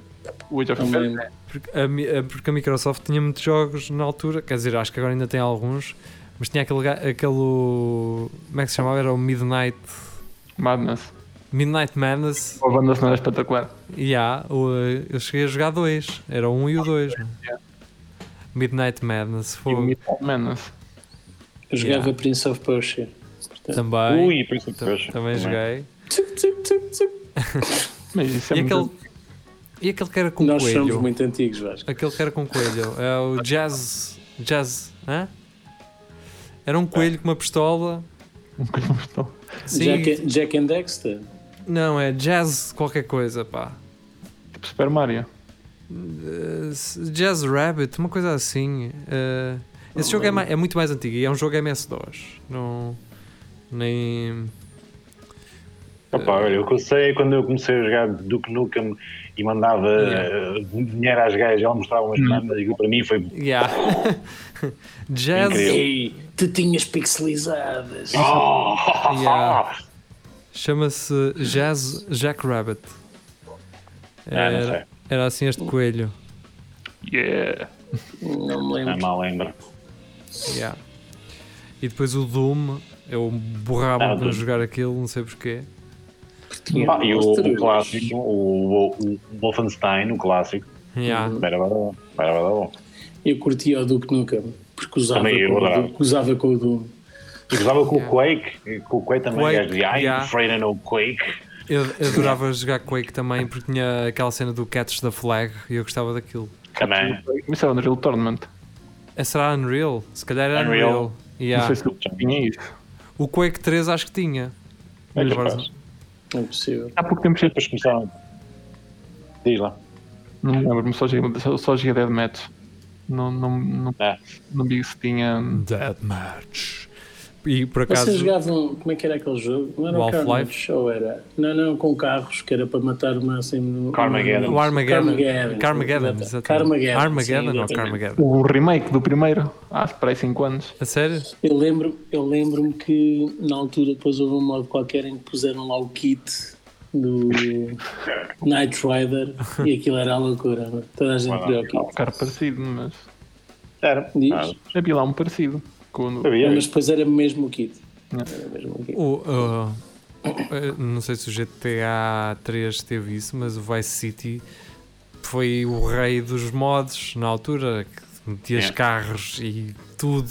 S5: O Age of
S3: Não me
S5: Empires,
S3: lembro.
S2: Porque a, mi- a- porque a Microsoft tinha muitos jogos na altura, quer dizer, acho que agora ainda tem alguns, mas tinha aquele. ga- aquele como é que se chamava? Era o Midnight.
S5: Madness.
S2: Midnight Madness.
S5: Uma banda sonora é espetacular.
S2: E há, o, eh, eu cheguei a jogar dois. Era o um e o dois. não é? Midnight Madness
S5: E o
S2: foi
S5: Midnight Madness.
S3: Eu jogava
S2: Yeah. Então,
S3: Prince of Persia.
S2: também.
S4: Ui, por isso que
S2: ta-
S4: eu acho.
S2: também joguei.
S3: Tsup, tsup, tsup, tsup.
S5: Mas isso é
S2: E
S5: muito-
S2: aquele, e aquele que era com
S3: Nós somos
S2: coelho.
S3: muito antigos, Vasco.
S2: Aquele que era com coelho. É o Jazz. Jazz. Hã? Era um coelho com uma pistola.
S5: um bocadinho gostoso.
S2: Ah, Sim,
S3: Jack, Jack and Dexter.
S2: não, é jazz qualquer coisa, pá.
S5: Tipo Super Mario.
S2: Eh, Jazz Rabbit, uma coisa assim. Eh, esse jogo é, mai- é muito mais antigo e é um jogo MS-DOS. Não. Nem.
S4: Opa, olha, o que eu sei é quando eu comecei a jogar Duke Nukem e mandava
S2: Yeah. Hum.
S4: eh, dinheiro às gajas, ela mostrava umas bananas e para mim foi.
S2: Yeah. jazz.
S4: Incrível.
S3: Ei, te tinhas pixelizadas.
S4: Oh,
S2: é- Yeah. Chama-se Jazz Jack Rabbit.
S4: Ah, não
S2: Era, era assim este coelho.
S5: Yeah.
S3: Não me
S2: Ah,
S4: Não
S3: lembro.
S4: mal lembro.
S2: Yeah. E depois o Doom. Eu borrava
S4: Ah,
S2: para
S4: Doom.
S2: jogar aquilo, não sei porquê.
S3: Tinha
S4: Ah, e o,
S3: monstros.
S4: o clássico, o, o- o Wolfenstein, o clássico.
S2: Yeah.
S4: Era bom, era bom.
S3: Eu curtia o Duke Nukem, porque usava,
S4: Também é eu
S3: com, o
S4: adorava.
S3: Duke, usava com o Doom.
S4: E gostava com
S2: Yeah.
S4: o Quake, e com o Quake também,
S2: Quake,
S4: gajo de ai,
S2: yeah.
S4: afraid I know Quake.
S2: Eu, eu adorava jogar Quake também porque tinha aquela cena do Catch the Flag e eu gostava daquilo.
S4: Também.
S5: Isso é o Unreal Tournament.
S2: É, será Unreal? Se calhar era Unreal.
S4: Unreal.
S2: Yeah.
S5: Não sei se eu tinha é isso.
S2: O Quake 3 acho que tinha.
S4: É
S2: Agora-
S4: capaz.
S3: Não é possível.
S5: Há pouco tempo cheguei.
S4: Depois começaram. Diz lá.
S5: Não me lembro, mas só joguei, só- só joguei Dead Match. Não, não, não,
S4: É.
S5: não vi se tinha.
S2: Deathmatch. E por acaso.
S3: Vocês jogavam, como é que era aquele jogo? Não era
S2: O
S3: o
S2: Half-Life?
S3: Carnage, ou era? Não, não, com carros, que era para matar o máximo.
S4: Carmageddon.
S2: O Armageddon.
S3: Carmageddon.
S2: Carmageddon,
S3: Exato.
S2: exatamente.
S3: Carmageddon,
S2: Armageddon
S3: sim,
S2: ou
S3: exatamente.
S2: Carmageddon?
S5: O remake do primeiro, há para aí 5 anos.
S2: A sério?
S3: Eu lembro-me eu lembro que na altura depois houve um modo qualquer em que puseram lá o kit do Knight Rider e aquilo era a loucura. não é? Toda a gente queria o kit.
S5: Um carro parecido, mas.
S4: Era.
S3: Diz?
S4: Ah,
S5: Havia lá um parecido. Com o-
S4: sabia.
S3: Mas depois era mesmo o kit.
S5: Não.
S3: Era mesmo o kit.
S2: O, uh, eh, não sei se o GTA 3 teve isso, mas o Vice City foi o rei dos mods na altura. Que metias
S4: É.
S2: carros e tudo.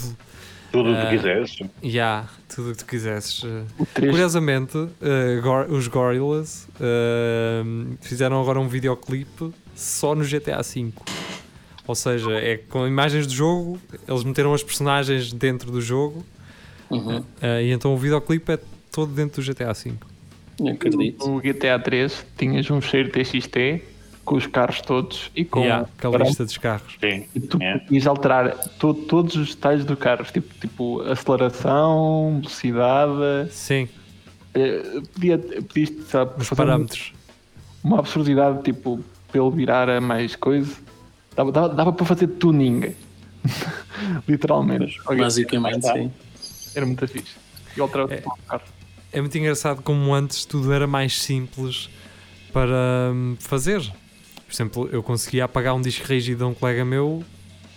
S4: Tudo o que
S2: Ah.
S4: quisesse.
S2: E há tudo o que tu quisesses. eh,
S5: o três-
S2: Curiosamente, eh, Gor- os Gorillaz eh, fizeram agora um videoclipe só no GTA V. Ou seja, é com imagens do jogo, eles meteram as personagens dentro do jogo
S3: Uhum.
S2: eh, e então o videoclipe é todo dentro do GTA V.
S3: Não acredito.
S5: No GTA 3 tinhas um cheiro TXT com os carros todos e com
S2: Com aquela
S5: para-
S2: lista dos carros.
S4: Sim.
S5: E tu
S4: É.
S5: podias alterar to- todos os detalhes do carro, tipo, tipo aceleração, velocidade,
S2: Sim,
S5: eh, podia, podias sei lá,
S2: os
S5: fazer um-
S2: parâmetros.
S5: uma absurdidade, tipo, pelo virar a mais coisa, dava, dava, dava para fazer tuning, literalmente.
S3: Basicamente, sim.
S5: Era muito fixe. E alterava tudo o tipo carro.
S2: É muito engraçado como antes tudo era mais simples para hum, fazer. Por exemplo, eu conseguia apagar um disco rígido a um colega meu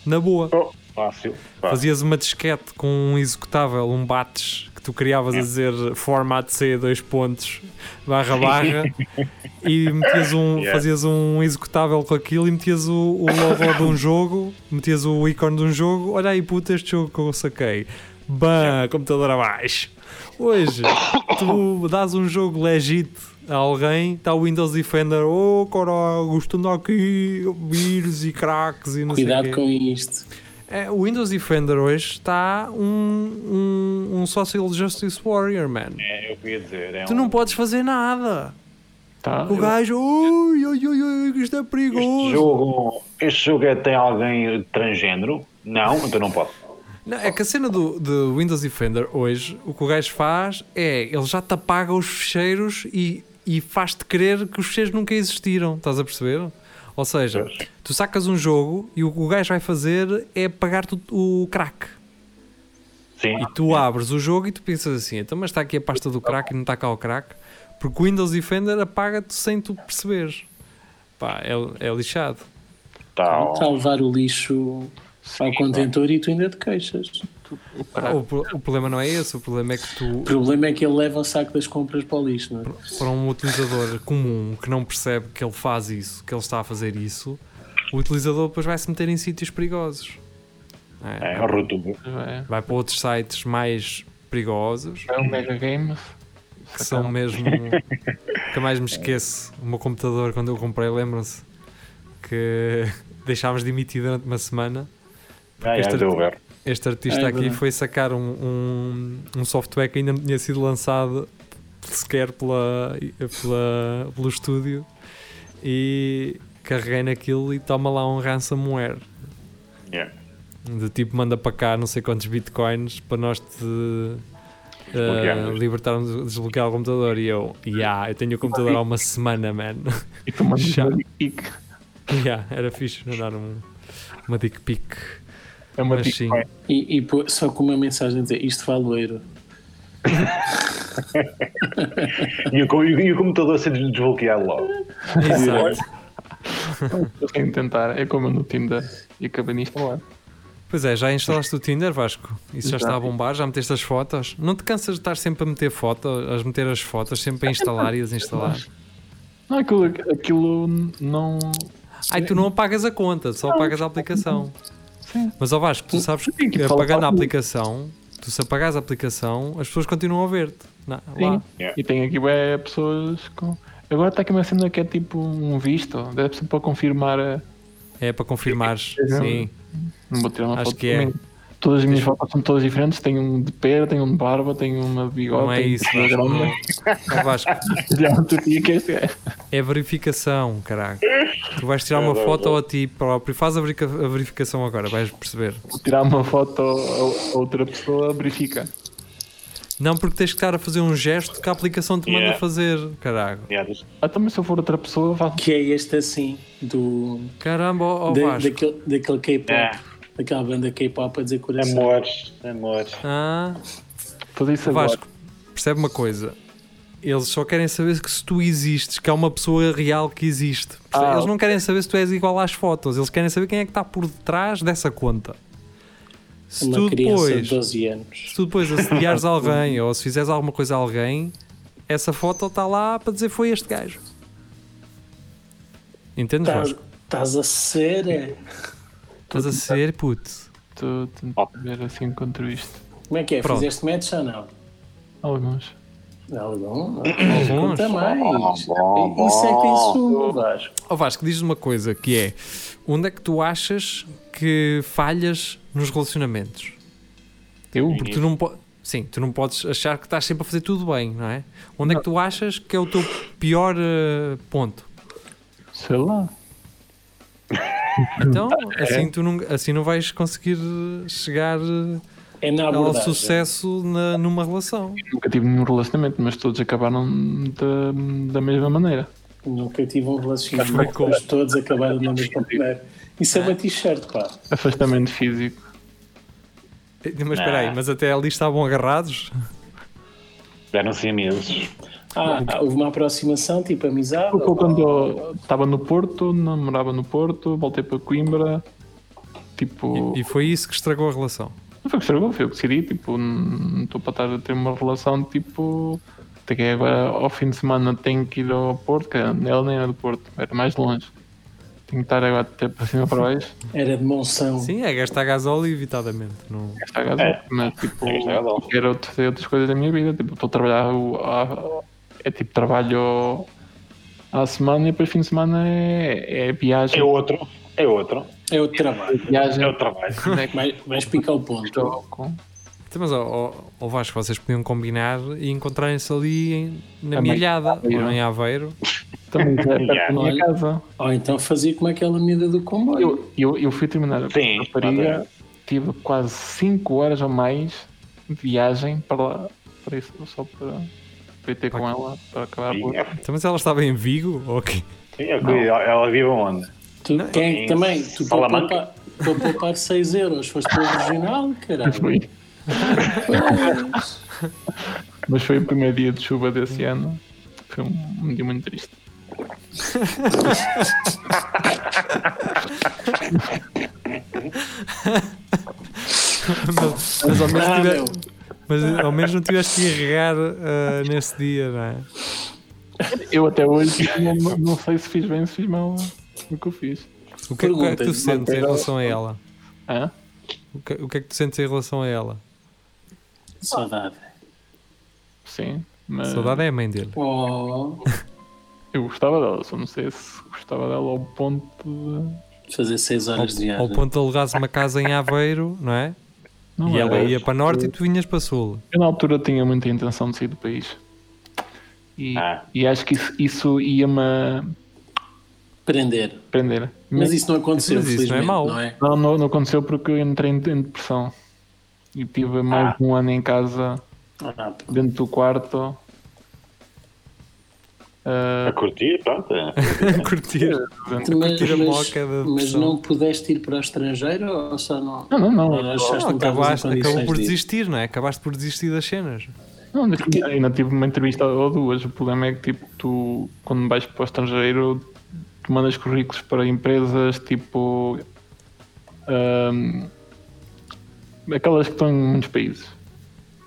S2: na boa.
S4: Oh, fácil. fácil.
S2: Fazias uma disquete com um executável, um batch que tu criavas
S4: É.
S2: a dizer format C, dois pontos, barra barra, e metias um,
S4: Yeah.
S2: fazias um executável com aquilo e metias o, o logo de um jogo, metias o ícone de um jogo. Olha aí, puta, este jogo que eu saquei. Bam, computador abaixo. Hoje, tu dás um jogo legit a alguém, está o Windows Defender, oh caralho, gostando aqui, vírus e cracks e não sei
S3: Cuidado
S2: o quê.
S3: com isto.
S2: É, o Windows Defender hoje está um, um, um Social Justice Warrior, man.
S4: É, eu queria dizer. É
S2: Tu
S4: um...
S2: não podes fazer nada.
S5: Tá,
S2: O
S5: eu-
S2: gajo, ui, ui, ui, ui, isto é
S4: Este
S2: perigoso.
S4: jogo, este jogo é, tem alguém transgênero? Não, então não pode.
S2: Não, é que a cena do, do Windows Defender hoje, o que o gajo faz é ele já te apaga os fecheiros e, e faz-te crer que os fecheiros nunca existiram. Estás a perceber? Ou seja,
S4: Pois.
S2: tu sacas um jogo e o que o gajo vai fazer é pagar-te o, o crack.
S4: Sim.
S2: E tu abres o jogo e tu pensas assim, então, mas está aqui a pasta do crack e não está cá o crack, porque o Windows Defender apaga-te sem tu perceberes. Pá, é, é lixado.
S5: Então,
S4: Tal.
S3: Está a levar o lixo ao contentor e tu ainda te queixas.
S2: O, pro- o problema não é esse, o problema é que tu,
S3: O problema é que ele leva o saco das compras para o lixo, não é?
S2: para um utilizador comum que não percebe que ele faz isso, que ele está a fazer isso, o utilizador depois vai se meter em sítios perigosos. não é?
S4: É, é um rotubo.
S5: É,
S2: Vai para outros sites mais perigosos,
S5: é um Mega Games.
S2: que são mesmo. Nunca mais me esqueço. O meu computador, quando eu comprei, lembram-se que deixámos de emitir durante uma semana.
S4: Ah, é,
S2: este-
S4: deu ver.
S2: Este artista
S3: É
S2: aqui
S3: verdade.
S2: foi sacar um, um, um software que ainda não tinha sido lançado sequer pela, pela, pelo estúdio e carreguei naquilo e toma lá um ransomware.
S4: Yeah.
S2: De tipo, manda para cá não sei quantos bitcoins para nós te eh,
S4: Desbloquearmos.
S2: libertarmos, desbloquear o computador. E eu, yeah, eu tenho o computador há uma semana, man.
S5: E tu mandas
S2: Já.
S5: uma dick pic.
S2: yeah, era fixe mandar um, uma dick pic.
S5: É uma
S2: Mas
S5: dick
S2: sim.
S5: pic.
S3: E, e pô- só com uma mensagem a dizer isto vale o euro.
S4: E, o, co- e o computador a ser desbloqueado logo.
S2: Exato.
S5: Eu tenho de tentar. É como no Tinder. E acabei de instalar.
S2: Pois é, já instalaste o Tinder, Vasco? Isso já está a bombar? Já meteste as fotos? Não te cansas de estar sempre a meter foto, a meter as fotos, sempre a instalar e a desinstalar?
S5: Não, aquilo, aquilo não.
S2: Ai, tu não apagas a conta, só apagas a aplicação.
S5: Sim.
S2: Mas, ó Vasco, tu sabes
S5: Sim,
S2: que
S5: que fala
S2: apagando a
S5: comigo.
S2: aplicação, tu se apagares a aplicação, as pessoas continuam a ver-te. Na- Lá.
S5: Sim.
S4: Yeah.
S5: E tem aqui bué, pessoas com. Agora está aqui uma cena que é tipo um visto. Deve ser para confirmar. a-
S2: É para confirmares. Sim.
S5: Não vou tirar uma
S2: Acho
S5: foto
S2: que
S5: de
S2: é.
S5: mim. Todas as minhas fotos são todas diferentes. Tenho um de pera, tenho um de barba, tenho uma de bigode.
S2: Não é
S5: tenho
S2: isso,
S5: uma
S2: Vasco.
S5: grama.
S2: Ó, Vasco,
S5: Já tu tinha que este gajo.
S2: é verificação, caraca. Tu vais tirar uma
S4: Adoro,
S2: foto a ti próprio. Faz a verica- a verificação agora, vais perceber.
S5: Vou tirar uma foto a a outra pessoa, verifica.
S2: Não, porque tens que estar a fazer um gesto que a aplicação te manda
S4: Yeah.
S2: fazer. Caraca.
S4: Yeah.
S5: Ah, também se eu for outra pessoa, faço.
S3: Que é este assim, do,
S2: Caramba, ó, ó
S3: da-
S2: Vasco.
S3: daquele, daquele K-pop,
S4: É.
S3: daquela banda K-pop a dizer coração.
S4: Amores, amores.
S2: Ah,
S5: Fazer isso agora.
S2: Vasco, percebe uma coisa. Eles só querem saber que se tu existes, que há uma pessoa real que existe. Percebe?
S5: Ah,
S2: eles não querem saber se tu és igual às fotos, eles querem saber quem é que está por detrás dessa conta. Se tu
S3: Uma criança
S2: depois,
S3: de 12 anos.
S2: se tu depois assediares alguém ou se fizeres alguma coisa a alguém, essa foto está lá para dizer foi este gajo. Entendes,
S3: Tá-
S2: Vasco?
S3: Estás a ser? é?
S2: Estás a ser puto.
S5: Estou a tentar ver assim encontro isto.
S3: Como é que é?
S2: Pronto.
S3: Fizeste match ou não?
S5: Alguns.
S3: Algum?
S2: Alguns.
S3: Conta mais.
S4: Bom, bom, bom.
S3: Isso é que insumo, Vasco.
S2: Ó Vasco, diz-me uma coisa que é onde é que tu achas que falhas nos relacionamentos?
S5: Eu?
S2: Porque tu não podes. Sim, tu não podes achar que estás sempre a fazer tudo bem, não é? Onde é que tu achas que é o teu pior eh, ponto?
S5: Sei lá.
S2: Então, assim, tu não, assim não vais conseguir eh, chegar eh,
S3: É na
S2: ao
S3: abordagem.
S2: sucesso na- numa relação.
S5: Nunca tive nenhum relacionamento, mas todos acabaram da, da mesma maneira.
S3: Nunca tive um
S2: Foi
S3: relacionamento,
S2: com-
S3: mas todos acabaram na mesma maneira. Isso é uma t-shirt, pá.
S5: Afastamento físico.
S2: Eh, Mas espera aí, mas até ali estavam agarrados?
S4: Deram-se imensos.
S3: Ah, ah, houve uma aproximação, tipo amizade.
S5: Porque eu quando eu estava no Porto, não morava no Porto, voltei para Coimbra. Tipo,
S2: E foi isso que estragou a relação.
S5: não foi o que estragou, foi o que decidi. Tipo, não estou para estar a ter uma relação tipo. Até que agora ao fim de semana tenho que ir ao Porto, que ela nem era do Porto, era mais longe. Tenho que estar agora até para cima e para baixo.
S3: Era de monção.
S2: Sim, é gastar gasóleo evitadamente. Não...
S5: Está gasol,
S4: É.
S5: mas tipo,
S4: É gastar gasol.
S5: quero fazer outras coisas da minha vida. Tipo, estou a trabalhar, o- a- é tipo, trabalho à semana e depois fim de semana é, é viagem.
S4: É outro, é outro,
S3: É o trabalho.
S5: viagem
S4: é outro trabalho.
S5: né, que
S3: Mas, mas pica o ponto.
S5: estou com-
S2: Então, Mas, ó, ó, ó Vasco, vocês podiam combinar e encontrarem-se ali em- na
S5: Também.
S2: Milhada, ou
S5: Aveiro.
S2: em Aveiro.
S5: Também já é perto
S4: Yeah.
S5: da minha
S3: Olha.
S5: casa.
S3: Ou então fazia como aquela medida do comboio.
S5: Eu, eu, eu fui terminar a
S4: Sim,
S5: rapariga, tive quase 5 horas ou mais de viagem para lá, para isso, só para, para ir ter com ela, para acabar
S4: Sim,
S5: por.
S4: é,
S2: Então, mas ela estava em Vigo? Ou quê?
S4: sim, é que ela, ela vive onde?
S3: Tu, quem,
S4: em
S3: também, tu para
S4: Salamanca.
S3: poupar, para poupar 6 euros, foste para o original, caralho.
S5: Mas foi, mas foi o primeiro dia de chuva desse ano. Foi um, um dia muito triste.
S2: mas, mas ao menos
S3: Ah,
S2: tive-
S3: meu.
S2: mas ao menos não tiveste que regar ah, nesse dia, não é?
S5: Eu até hoje não, não- não sei se fiz bem ou se fiz mal o que eu fiz.
S2: O que, o que é que
S3: Pergunta-lhe,
S2: tu sentes em
S5: Monteiro.
S2: relação a ela?
S5: Hã?
S2: O que, o que é que tu sentes em relação a ela?
S3: Saudade.
S5: Sim,
S3: Ah.
S5: mas
S2: Saudade é a mãe dele.
S3: Oh,
S5: eu gostava dela, só não sei se gostava dela ao ponto de.
S3: fazer 6 horas de
S2: Ao
S3: viagem.
S2: ponto de alugares uma casa em Aveiro, não é?
S5: Não
S2: E ela é-
S5: era.
S2: ia para norte e tu vinhas para sul.
S5: Eu na altura tinha muita intenção de sair do país. E,
S4: Ah.
S5: e acho que isso, isso ia-me
S3: Prender.
S5: prender.
S3: Mas isso não aconteceu,
S2: Mas isso não é
S3: felizmente,
S2: mau.
S3: não é?
S5: Não, não, não aconteceu porque eu entrei em, em depressão. E tive mais
S4: Ah.
S5: de um ano em casa,
S3: Ah, pá.
S5: dentro do quarto. Ah,
S4: A curtir, pronto. é.
S2: Curtir.
S5: dentro-
S3: mas,
S2: Tira a
S3: mas-
S2: moca da
S3: mas
S2: pessoa.
S3: não pudeste ir para o estrangeiro ou só não?
S5: Não, não, não.
S3: Não, é? achaste
S2: Não,
S3: que não estavas
S2: acabaste,
S3: em
S2: acabou
S3: condições
S2: por
S3: disso?
S2: desistir, não é? Acabaste por desistir das cenas.
S5: não ainda- ainda tive uma entrevista ou duas. O problema é que, tipo, tu, quando vais para o estrangeiro, tu mandas currículos para empresas tipo. ahm, aquelas que estão em muitos países.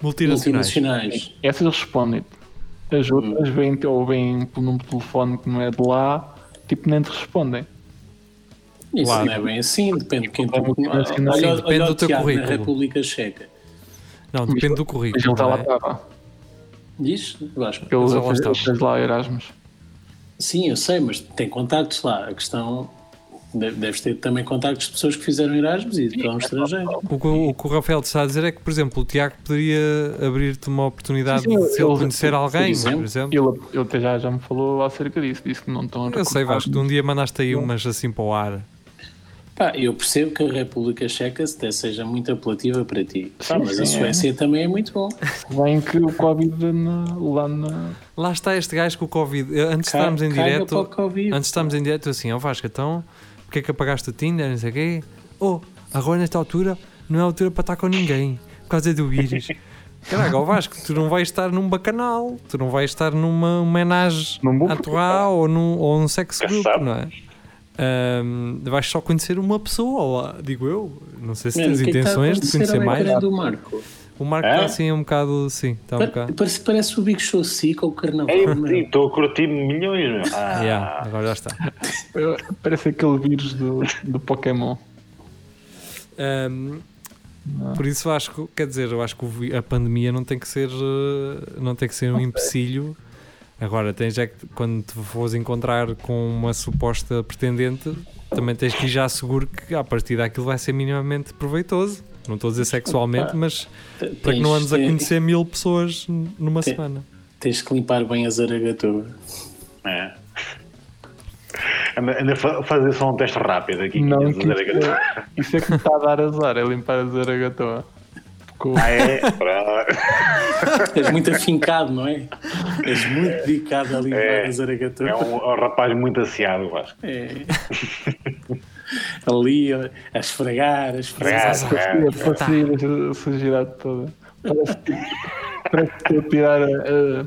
S2: Multinacionais.
S3: Multinacionais.
S5: Essas respondem-te. As outras vêm ou vêm pelo número de telefone que não é de lá, tipo, nem te respondem.
S3: Isso
S2: Claro.
S3: não é bem assim, depende de quem tu
S5: Sim,
S3: Olha-
S5: depende
S2: do
S3: olha o
S2: teu
S3: Tiago
S2: currículo.
S3: Na República Checa.
S2: Não, depende do
S5: Mas ele
S2: currículo.
S5: já lá
S2: não é?
S5: estava.
S3: Diz? Vasco.
S5: Ele
S2: Mas ele lá
S5: fez-
S2: estava.
S5: fez lá Erasmus.
S3: Sim, eu sei, mas tem contactos lá. A questão. de- Deves ter também contactos de pessoas que fizeram Erasmus e um
S4: é
S3: estão estrangeiros.
S2: O que, o que o Rafael te está a dizer é que, por exemplo, o Tiago poderia abrir-te uma oportunidade
S5: Sim, sim,
S2: de se ele
S5: ele-
S2: conhecer
S5: por
S2: alguém, por
S3: exemplo,
S2: exemplo.
S5: Ele, ele até já, já me falou acerca disso. Disse que não estão a
S2: Eu sei,
S5: recrutar.
S2: Vasco, tu um dia mandaste aí umas assim para o ar.
S3: Pá, eu percebo que a República Checa até seja muito apelativa para ti. Pá,
S5: Sim,
S3: mas a
S5: sim,
S3: Suécia também é muito bom.
S5: Bem que o Covid na- lá na.
S2: Lá está este gajo com o Covid. Eu- Antes de
S3: Ca-
S2: estarmos em
S3: caga para o
S2: direto,
S3: Covid.
S2: antes de estarmos em direto, eu assim, ó Vasco, então, porque é que apagaste o Tinder, não sei o quê? Oh, agora nesta altura não é altura para estar com ninguém, por causa do vírus. Caraca, ó Vasco, tu não vais estar num bacanal, tu não vais estar numa homenagem
S5: Num bom
S2: à tua ou num, ou num sex
S4: Já
S2: group,
S4: sabe.
S2: não é? Ahm, vais só conhecer uma pessoa lá, digo eu. Não sei se
S3: Mano,
S2: tens
S3: o que é que está a
S2: intenções de
S3: acontecer
S2: conhecer
S3: ao
S2: mais.
S3: ecrã do Marco?
S2: O Marco
S4: É?
S2: está assim um bocado, sim, está um bocado.
S3: Pa- Parece, parece o Big Show Sick ou o Carnaval.
S4: É,
S3: meu.
S4: e estou a curtir milhões, meu. Ah,
S2: Yeah, agora já está.
S5: eu- Parece aquele vírus do, do Pokémon.
S2: Ahm, por isso acho que, quer dizer, eu acho que o vi- a pandemia não tem que ser, eh, não tem que ser um empecilho. Agora tens é que quando te fores encontrar com uma suposta pretendente, também tens que ir já seguro que a partir daquilo vai ser minimamente proveitoso. Não estou a dizer
S3: Ah.
S2: sexualmente, mas
S3: Tens-
S2: para que não andes a
S3: tens-
S2: conhecer mil pessoas n- numa
S3: Sim.
S2: semana.
S3: Tens que limpar bem a zaragatuba.
S4: É. Anda, anda a fa- fazer só um teste rápido aqui.
S5: Não,
S4: Quer
S5: que
S4: dizer,
S5: isso, é, isso é que me está a dar azar, é limpar a zaragatoa. Porque o-
S4: Ah, é? Pronto.
S3: És muito afincado, não é? És muito dedicado a limpar
S4: É.
S3: a zaragatuba.
S4: É um, é um rapaz muito aciado, eu acho.
S3: É. Ali a, a esfregar, a esfregar.
S4: Obrigado, cara.
S5: É para sair essa sujeirada toda. Parece que, parece que estou a tirar a- a-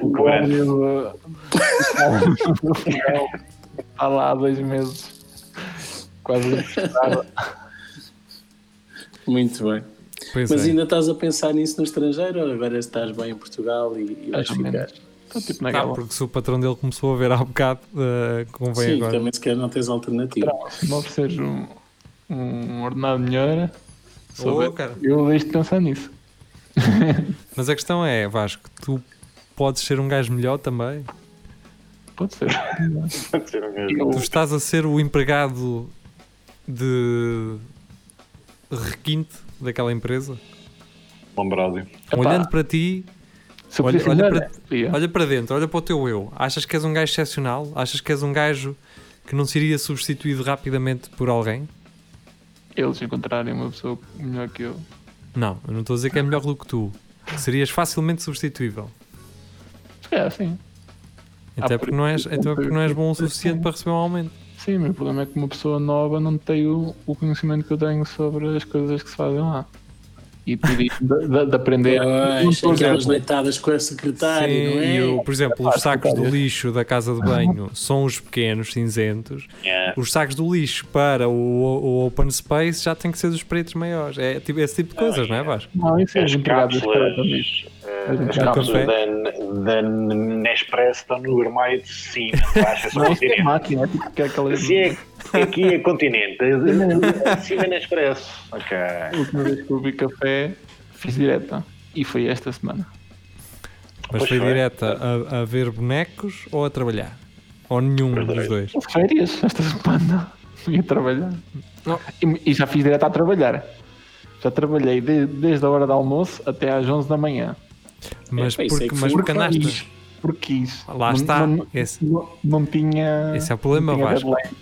S5: o
S4: Claro.
S5: glória do- do final. eh, Há lá há dois meses. Quase a precisar.
S3: Muito bem.
S2: Pois
S3: Mas
S2: é.
S3: ainda estás a pensar nisso no estrangeiro ou agora estás bem em Portugal e, e vais
S5: mais ou
S3: ficar?
S5: menos. Estou tipo
S2: Ah,
S5: naquela.
S2: porque se o patrão dele começou a ver há bocado, eh, convém
S3: Sim,
S2: agora.
S3: também se calhar não tens alternativa.
S5: Se não ofereceres um, um ordenado melhor,
S2: Oh,
S5: souber-
S2: cara.
S5: eu deixo de pensar nisso.
S2: Mas a questão é, Vasco, tu podes ser um gajo melhor também.
S5: Pode ser.
S4: Pode ser o mesmo.
S5: Eu-
S2: Tu estás a ser o empregado de requinte daquela empresa
S4: Lombrádio.
S5: Epá,
S2: Olhando para ti,
S5: se eu
S2: olha-
S5: pedisse
S2: olha
S5: melhor,
S2: para-
S5: faria.
S2: olha para dentro, olha para o teu eu. Achas que és um gajo excepcional? Achas que és um gajo que não seria substituído rapidamente por alguém?
S5: eles encontrarem uma pessoa melhor que eu.
S2: Não, eu não estou a dizer que é melhor do que tu. Serias facilmente substituível.
S5: Se calhar sim.
S2: Até
S5: Ah,
S2: porque não és, até porque não és bom o suficiente para receber um aumento.
S5: Sim, mas o problema é que uma pessoa nova não tem o, o conhecimento que eu tenho sobre as coisas que se fazem lá. E pedi de, de- de aprender.
S3: Pois,
S5: Por
S3: aquelas
S5: exemplo,
S3: leitadas com a secretária, não é?
S2: e o- por exemplo, os sacos do lixo da casa de banho são os pequenos, cinzentos.
S4: É.
S2: Os sacos do lixo para o, o open space já têm que ser dos pretos maiores. É tipo, esse tipo de coisas, não é Vasco?
S5: Não, isso é
S4: As
S5: os empregados das
S4: cápsulas,
S5: coisas.
S4: eh,
S5: As
S4: as
S5: cápsulas
S4: cápsulas
S2: do
S4: da, da Nespresso estão no armário de cima. Baixa só
S5: Não, isso é
S4: continente.
S5: máquina, é tipo que é aquela.
S4: Assim é, aqui é continente. Acima é Nespresso. Ok.
S5: A última vez que eu vi café, fiz direta. E foi esta semana.
S2: Mas
S4: Pois
S2: foi
S4: foi. É.
S2: direta a, a ver bonecos ou a trabalhar? Ou nenhum
S4: Os
S2: dos
S4: dois.
S2: dois?
S3: É,
S5: Férias, esta semana. Ia trabalhar.
S2: Não.
S5: E, e já fiz direto a trabalhar. Já trabalhei de- desde a hora do almoço até às 11 da manhã.
S2: Mas,
S3: pá, isso é
S2: porque,
S3: que
S2: mas
S3: foi
S2: porque andaste.
S5: quis. Porque quis.
S2: Lá
S5: Não-
S2: está.
S5: Não,
S2: Esse,
S5: não, não tinha.
S2: esse é o problema,
S5: não tinha
S2: Vasco.
S5: deadline.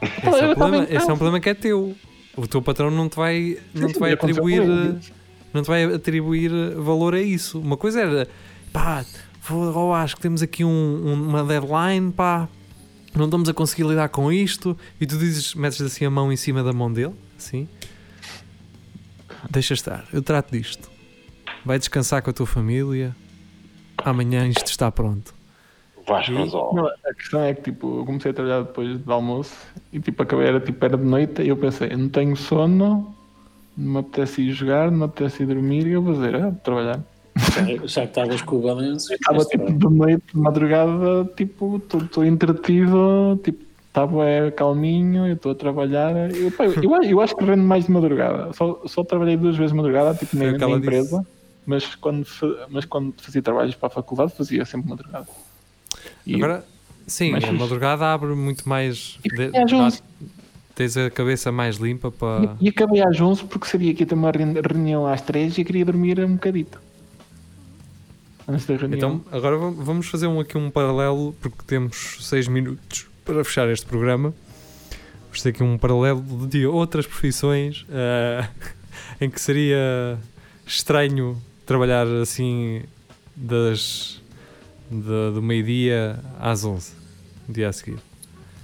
S2: Esse é,
S5: Eu
S2: o problema,
S5: também-
S2: esse é um problema que é teu. O teu patrão não te vai, não te vai
S5: Aconteceu
S2: atribuir.
S5: comigo.
S2: não te vai atribuir valor a isso. Uma coisa era, pá, eu acho que temos aqui um- um- uma deadline, pá, não estamos a conseguir lidar com isto. E tu dizes, metes assim a mão em cima da mão dele, assim, deixa estar, eu trato disto. Vai descansar com a tua família, amanhã isto está pronto.
S4: Vasco Gonzalo.
S5: Não, a questão é que tipo, eu comecei a trabalhar depois do almoço e tipo, acabei, era, tipo, era de noite e eu pensei, eu não tenho sono, não me apetece ir jogar, não me apetece ir dormir e eu vou fazer, ah, trabalhar.
S3: Já que estavas com o balanço,
S5: Estava
S3: este-
S5: tipo de noite, de madrugada, tipo, estou entretido, tipo, estava é, calminho, eu estou a trabalhar. Eu, pá, eu, eu acho que rendo mais de madrugada. Só, só trabalhei duas vezes de madrugada, tipo,
S2: Foi
S5: na,
S2: o que
S5: na
S2: ela
S5: empresa. Mas quando, fa- mas quando fazia trabalhos para a faculdade, fazia sempre de madrugada. E
S2: Agora, sim,
S5: Mas
S2: a
S5: isto-
S2: madrugada abre muito mais. de-
S5: é às
S2: dá-
S5: 11.
S2: tens a cabeça mais limpa para.
S5: E, e acabei às 11 porque sabia que ia ter uma reuni- reunião às 3 e queria dormir um bocadito. Antes da reunião.
S2: Então, agora vam- vamos fazer um, aqui um paralelo, porque temos 6 minutos para fechar este programa. Vamos ter aqui um paralelo de outras profissões ah, em que seria estranho trabalhar assim das da- do meio-dia às 11, no dia a seguir.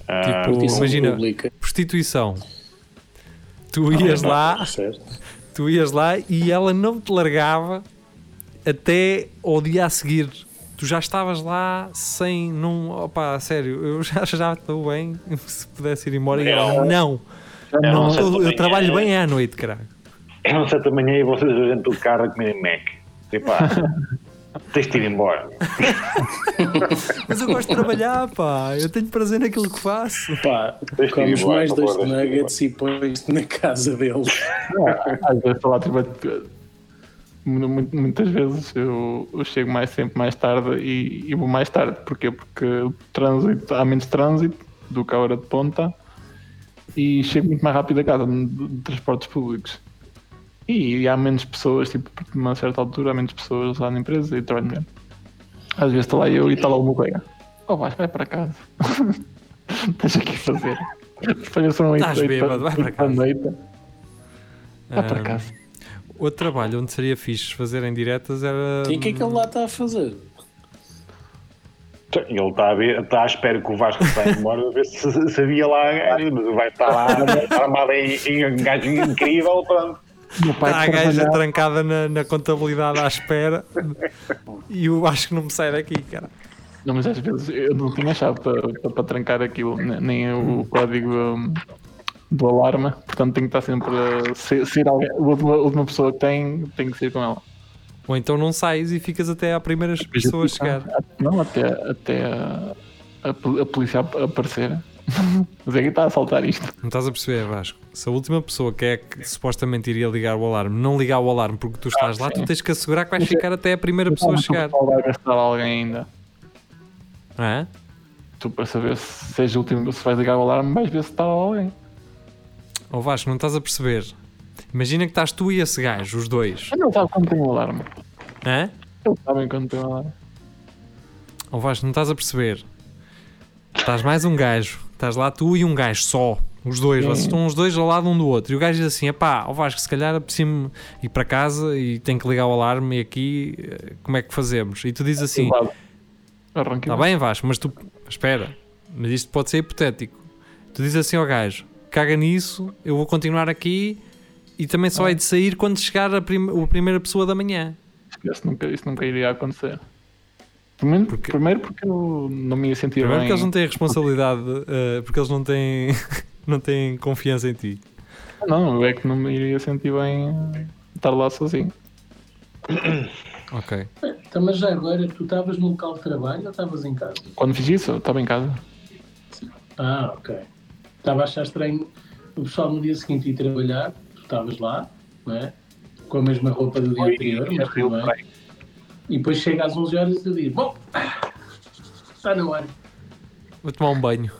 S4: Ah,
S2: tipo,
S3: Petição
S2: imagina,
S3: pública.
S2: prostituição. Tu ias lá,
S3: Certo.
S2: tu ias lá e ela não te largava até ao dia a seguir. Tu já estavas lá sem. Não, opa, a sério, eu já, já estou bem. Se pudesse ir embora, e ela, não,
S4: eram
S2: não,
S4: sete da
S2: eu, eu
S4: manhã.
S2: trabalho bem à noite, caralho.
S4: Eram 7 da é manhã e vocês hoje dentro do carro a comerem Mac. Tipo, ah, tens de ir embora.
S2: Mas eu gosto de trabalhar, pá, eu tenho prazer naquilo que faço.
S3: Pá,
S4: Deixa-me
S3: comes
S4: ir embora,
S3: mais
S4: por
S3: dois
S4: favor, deixa-me ir
S3: nuggets e pões na casa dele.
S5: Ah, Às vezes estou lá tipo, mu- mu- Muitas vezes eu, eu chego mais sempre mais tarde e, e vou mais tarde. Porquê? Porque o trânsito, há menos trânsito do que a hora de ponta e chego muito mais rápido a casa de, de transportes públicos. E, há menos pessoas, tipo, porque numa certa altura há menos pessoas lá na empresa e trabalho melhor. Às vezes estou lá eu e está lá o meu colega. Oh, vais, vai para casa. Estás aqui a fazer. Estás
S2: Estás bêbado, vai para casa. Ah.
S5: Vai para
S2: Ahm,
S5: casa.
S2: Outro trabalho onde seria fixe fazerem diretas era.
S3: E o que é que ele lá está a fazer?
S4: Ele está a ver, está à espera que o Vasco saia embora, a ver se sabia lá, vai estar lá armado em, em um gajo incrível, pronto.
S5: Meu pai
S2: Está Tá, a
S5: trabalhava-
S2: gaja trancada na, na contabilidade à espera e eu acho que não me sai daqui, cara.
S5: Não, mas às vezes eu não tinha chave para, para, para trancar aquilo, ne- nem o código hum, do alarme, portanto tenho que estar sempre a ser, ser alguém, a última, a última pessoa que tem, tem que ser com ela.
S2: Ou então não sais e ficas até à primeiras pessoa a chegar.
S5: Não, até, até a, a pol- a polícia ap- aparecer. mas é que está a saltar isto.
S2: Não estás a perceber, Vasco? Se a última pessoa que é que supostamente iria ligar o alarme não ligar o alarme porque tu estás lá,
S5: sim.
S2: tu tens que assegurar que vais ficar até a primeira pessoa a chegar.
S5: Não vai gastar alguém ainda.
S2: Não é?
S5: Tu para saber se, se és o último, se vais ligar o alarme, vais ver se está alguém.
S2: Ou Vasco, não estás a perceber? Imagina que estás tu e esse gajo, os dois.
S5: Ele não sabe quando tem um alarme.
S2: Hã?
S5: Eles sabem quando tem um alarme.
S2: Ou vais, não estás a perceber. Estás mais um gajo. Estás lá tu e um gajo só. Os dois,
S5: Sim.
S2: vocês estão os dois ao lado um do outro. E o gajo diz assim: pá, o Vasco, se calhar apetecia-me ir para casa e tenho que ligar o alarme e aqui eh, como é que fazemos? E tu dizes assim:
S5: Arranque.
S2: Está Tá bem, Vasco, mas tu. Espera, mas isto pode ser hipotético. Tu dizes assim ao gajo: caga nisso, eu vou continuar aqui e também só é de sair quando chegar a, prim- a primeira pessoa da manhã.
S5: Isso nunca, isso nunca iria acontecer. Primeiro
S2: Porque-
S5: porque, primeiro porque eu não me ia sentir
S2: Primeiro
S5: bem.
S2: que eles não têm responsabilidade, eh, porque eles não têm, não têm confiança em ti.
S5: Não, eu é que não me iria sentir bem estar lá sozinho.
S2: Ok.
S3: Então, mas já agora, tu estavas no local de trabalho ou estavas em casa?
S5: Quando fiz isso, eu estava em casa.
S3: Ah, ok. Estava a achar estranho o pessoal no dia seguinte ir trabalhar, tu estavas lá, não é? Com a mesma roupa do dia anterior, mas tudo bem. E depois chega às 11 horas e diz: Bom, está na hora.
S2: Vou tomar um banho.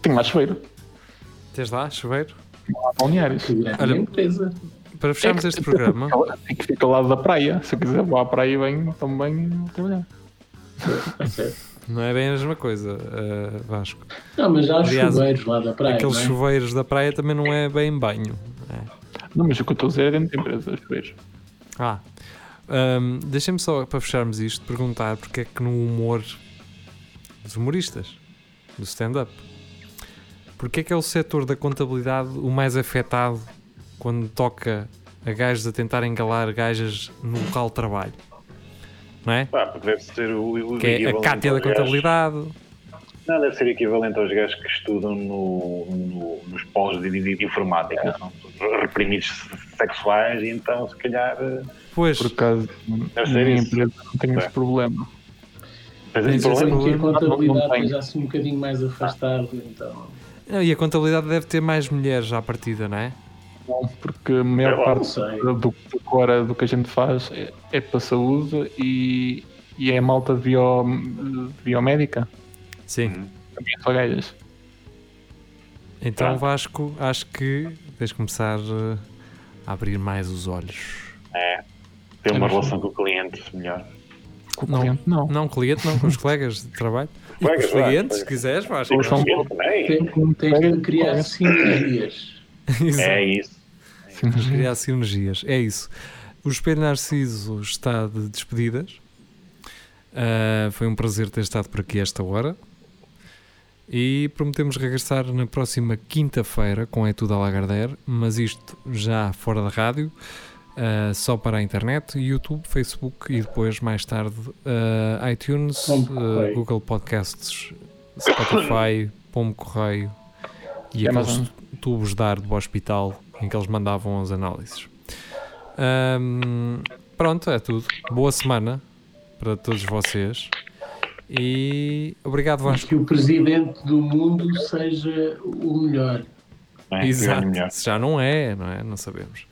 S5: Tenho lá chuveiro.
S2: Tens lá, chuveiro?
S5: Há balneários.
S3: Que é grande
S2: Olha,
S3: empresa.
S2: Para fecharmos
S5: É que-
S2: este programa,
S5: É que fica ao lado da praia. Se eu quiser, vou à praia e venho, tomo banho e vou trabalhar.
S2: não é bem a mesma coisa, eh, Vasco.
S3: Não, mas já há os
S2: aliás,
S3: chuveiros lá da praia.
S2: Aqueles
S3: não é?
S2: chuveiros da praia também não é bem banho.
S5: Não, mas o que eu estou a dizer é dentro da empresa, chuveiros.
S2: Ah, hum, deixem-me só, para fecharmos isto, perguntar porque é que no humor dos humoristas, do stand-up, porque é que é o setor da contabilidade o mais afetado quando toca a gajos a tentar engalar gajas no local de trabalho? Não é?
S4: Pá, porque deve ser o, o
S2: Que é a
S4: equivalente
S2: cátia da
S4: aos gajos-
S2: contabilidade.
S4: Não, deve ser equivalente aos gajos que estudam no, no- nos polos de, de- de informática. São todos reprimidos sexuais e então, se calhar. eh,
S2: Pois,
S5: Por acaso, na
S4: Deve ser
S5: minha
S4: isso.
S5: empresa não tenho
S4: É.
S5: esse problema.
S4: Mas esse
S2: Sim, sim,
S4: problema
S3: Tem que a
S2: Não,
S5: não
S3: contabilidade
S5: tem.
S3: esteja assim um bocadinho mais afastada, então.
S2: e a contabilidade deve ter mais mulheres à partida, não é?
S5: Não, porque a maior
S4: Eu
S3: Não
S5: parte
S3: sei.
S5: do, do que agora do que a gente faz é, é para a saúde e, e é malta de, bio, de biomédica.
S2: Sim.
S5: Também é só gajas.
S2: Então,
S4: Pronto.
S2: Vasco, acho que tens de começar eh, a abrir mais os olhos.
S4: tem uma
S5: Eu não
S4: relação com o cliente melhor.
S5: Com o
S2: Não.
S5: cliente, não.
S2: Não, cliente, não, com os colegas de trabalho. E com
S4: Colegas,
S2: os
S4: vá,
S2: clientes,
S4: colegas.
S2: se quiseres, É Vasco.
S5: Ou são-
S4: Cliente também.
S3: Tem- Tens de criar
S5: Olha.
S3: sinergias.
S2: Exato.
S4: É isso.
S5: Sinergia.
S2: Criar sinergias. É isso. O Espelho Narciso está de despedidas. Ah, foi um prazer ter estado por aqui esta hora. E prometemos regressar na próxima quinta-feira com É Tudo a Lagardère, mas isto já fora da rádio, ah, só para a internet, YouTube, Facebook e depois, mais tarde, ah, iTunes,
S3: Pombo
S2: ah,
S3: Correio.
S2: Google Podcasts, Spotify, Pombo Correio e aqueles
S5: Amazon.
S2: tubos de ar do hospital em que eles mandavam as análises. Ahm, pronto, é tudo. Boa semana para todos vocês. E obrigado, Vasco.
S3: Que o presidente do mundo seja o melhor.
S4: Né?
S2: Exato.
S4: Melhor.
S2: é, Se já não é, não é? Não sabemos.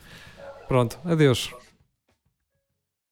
S2: Pronto, adeus.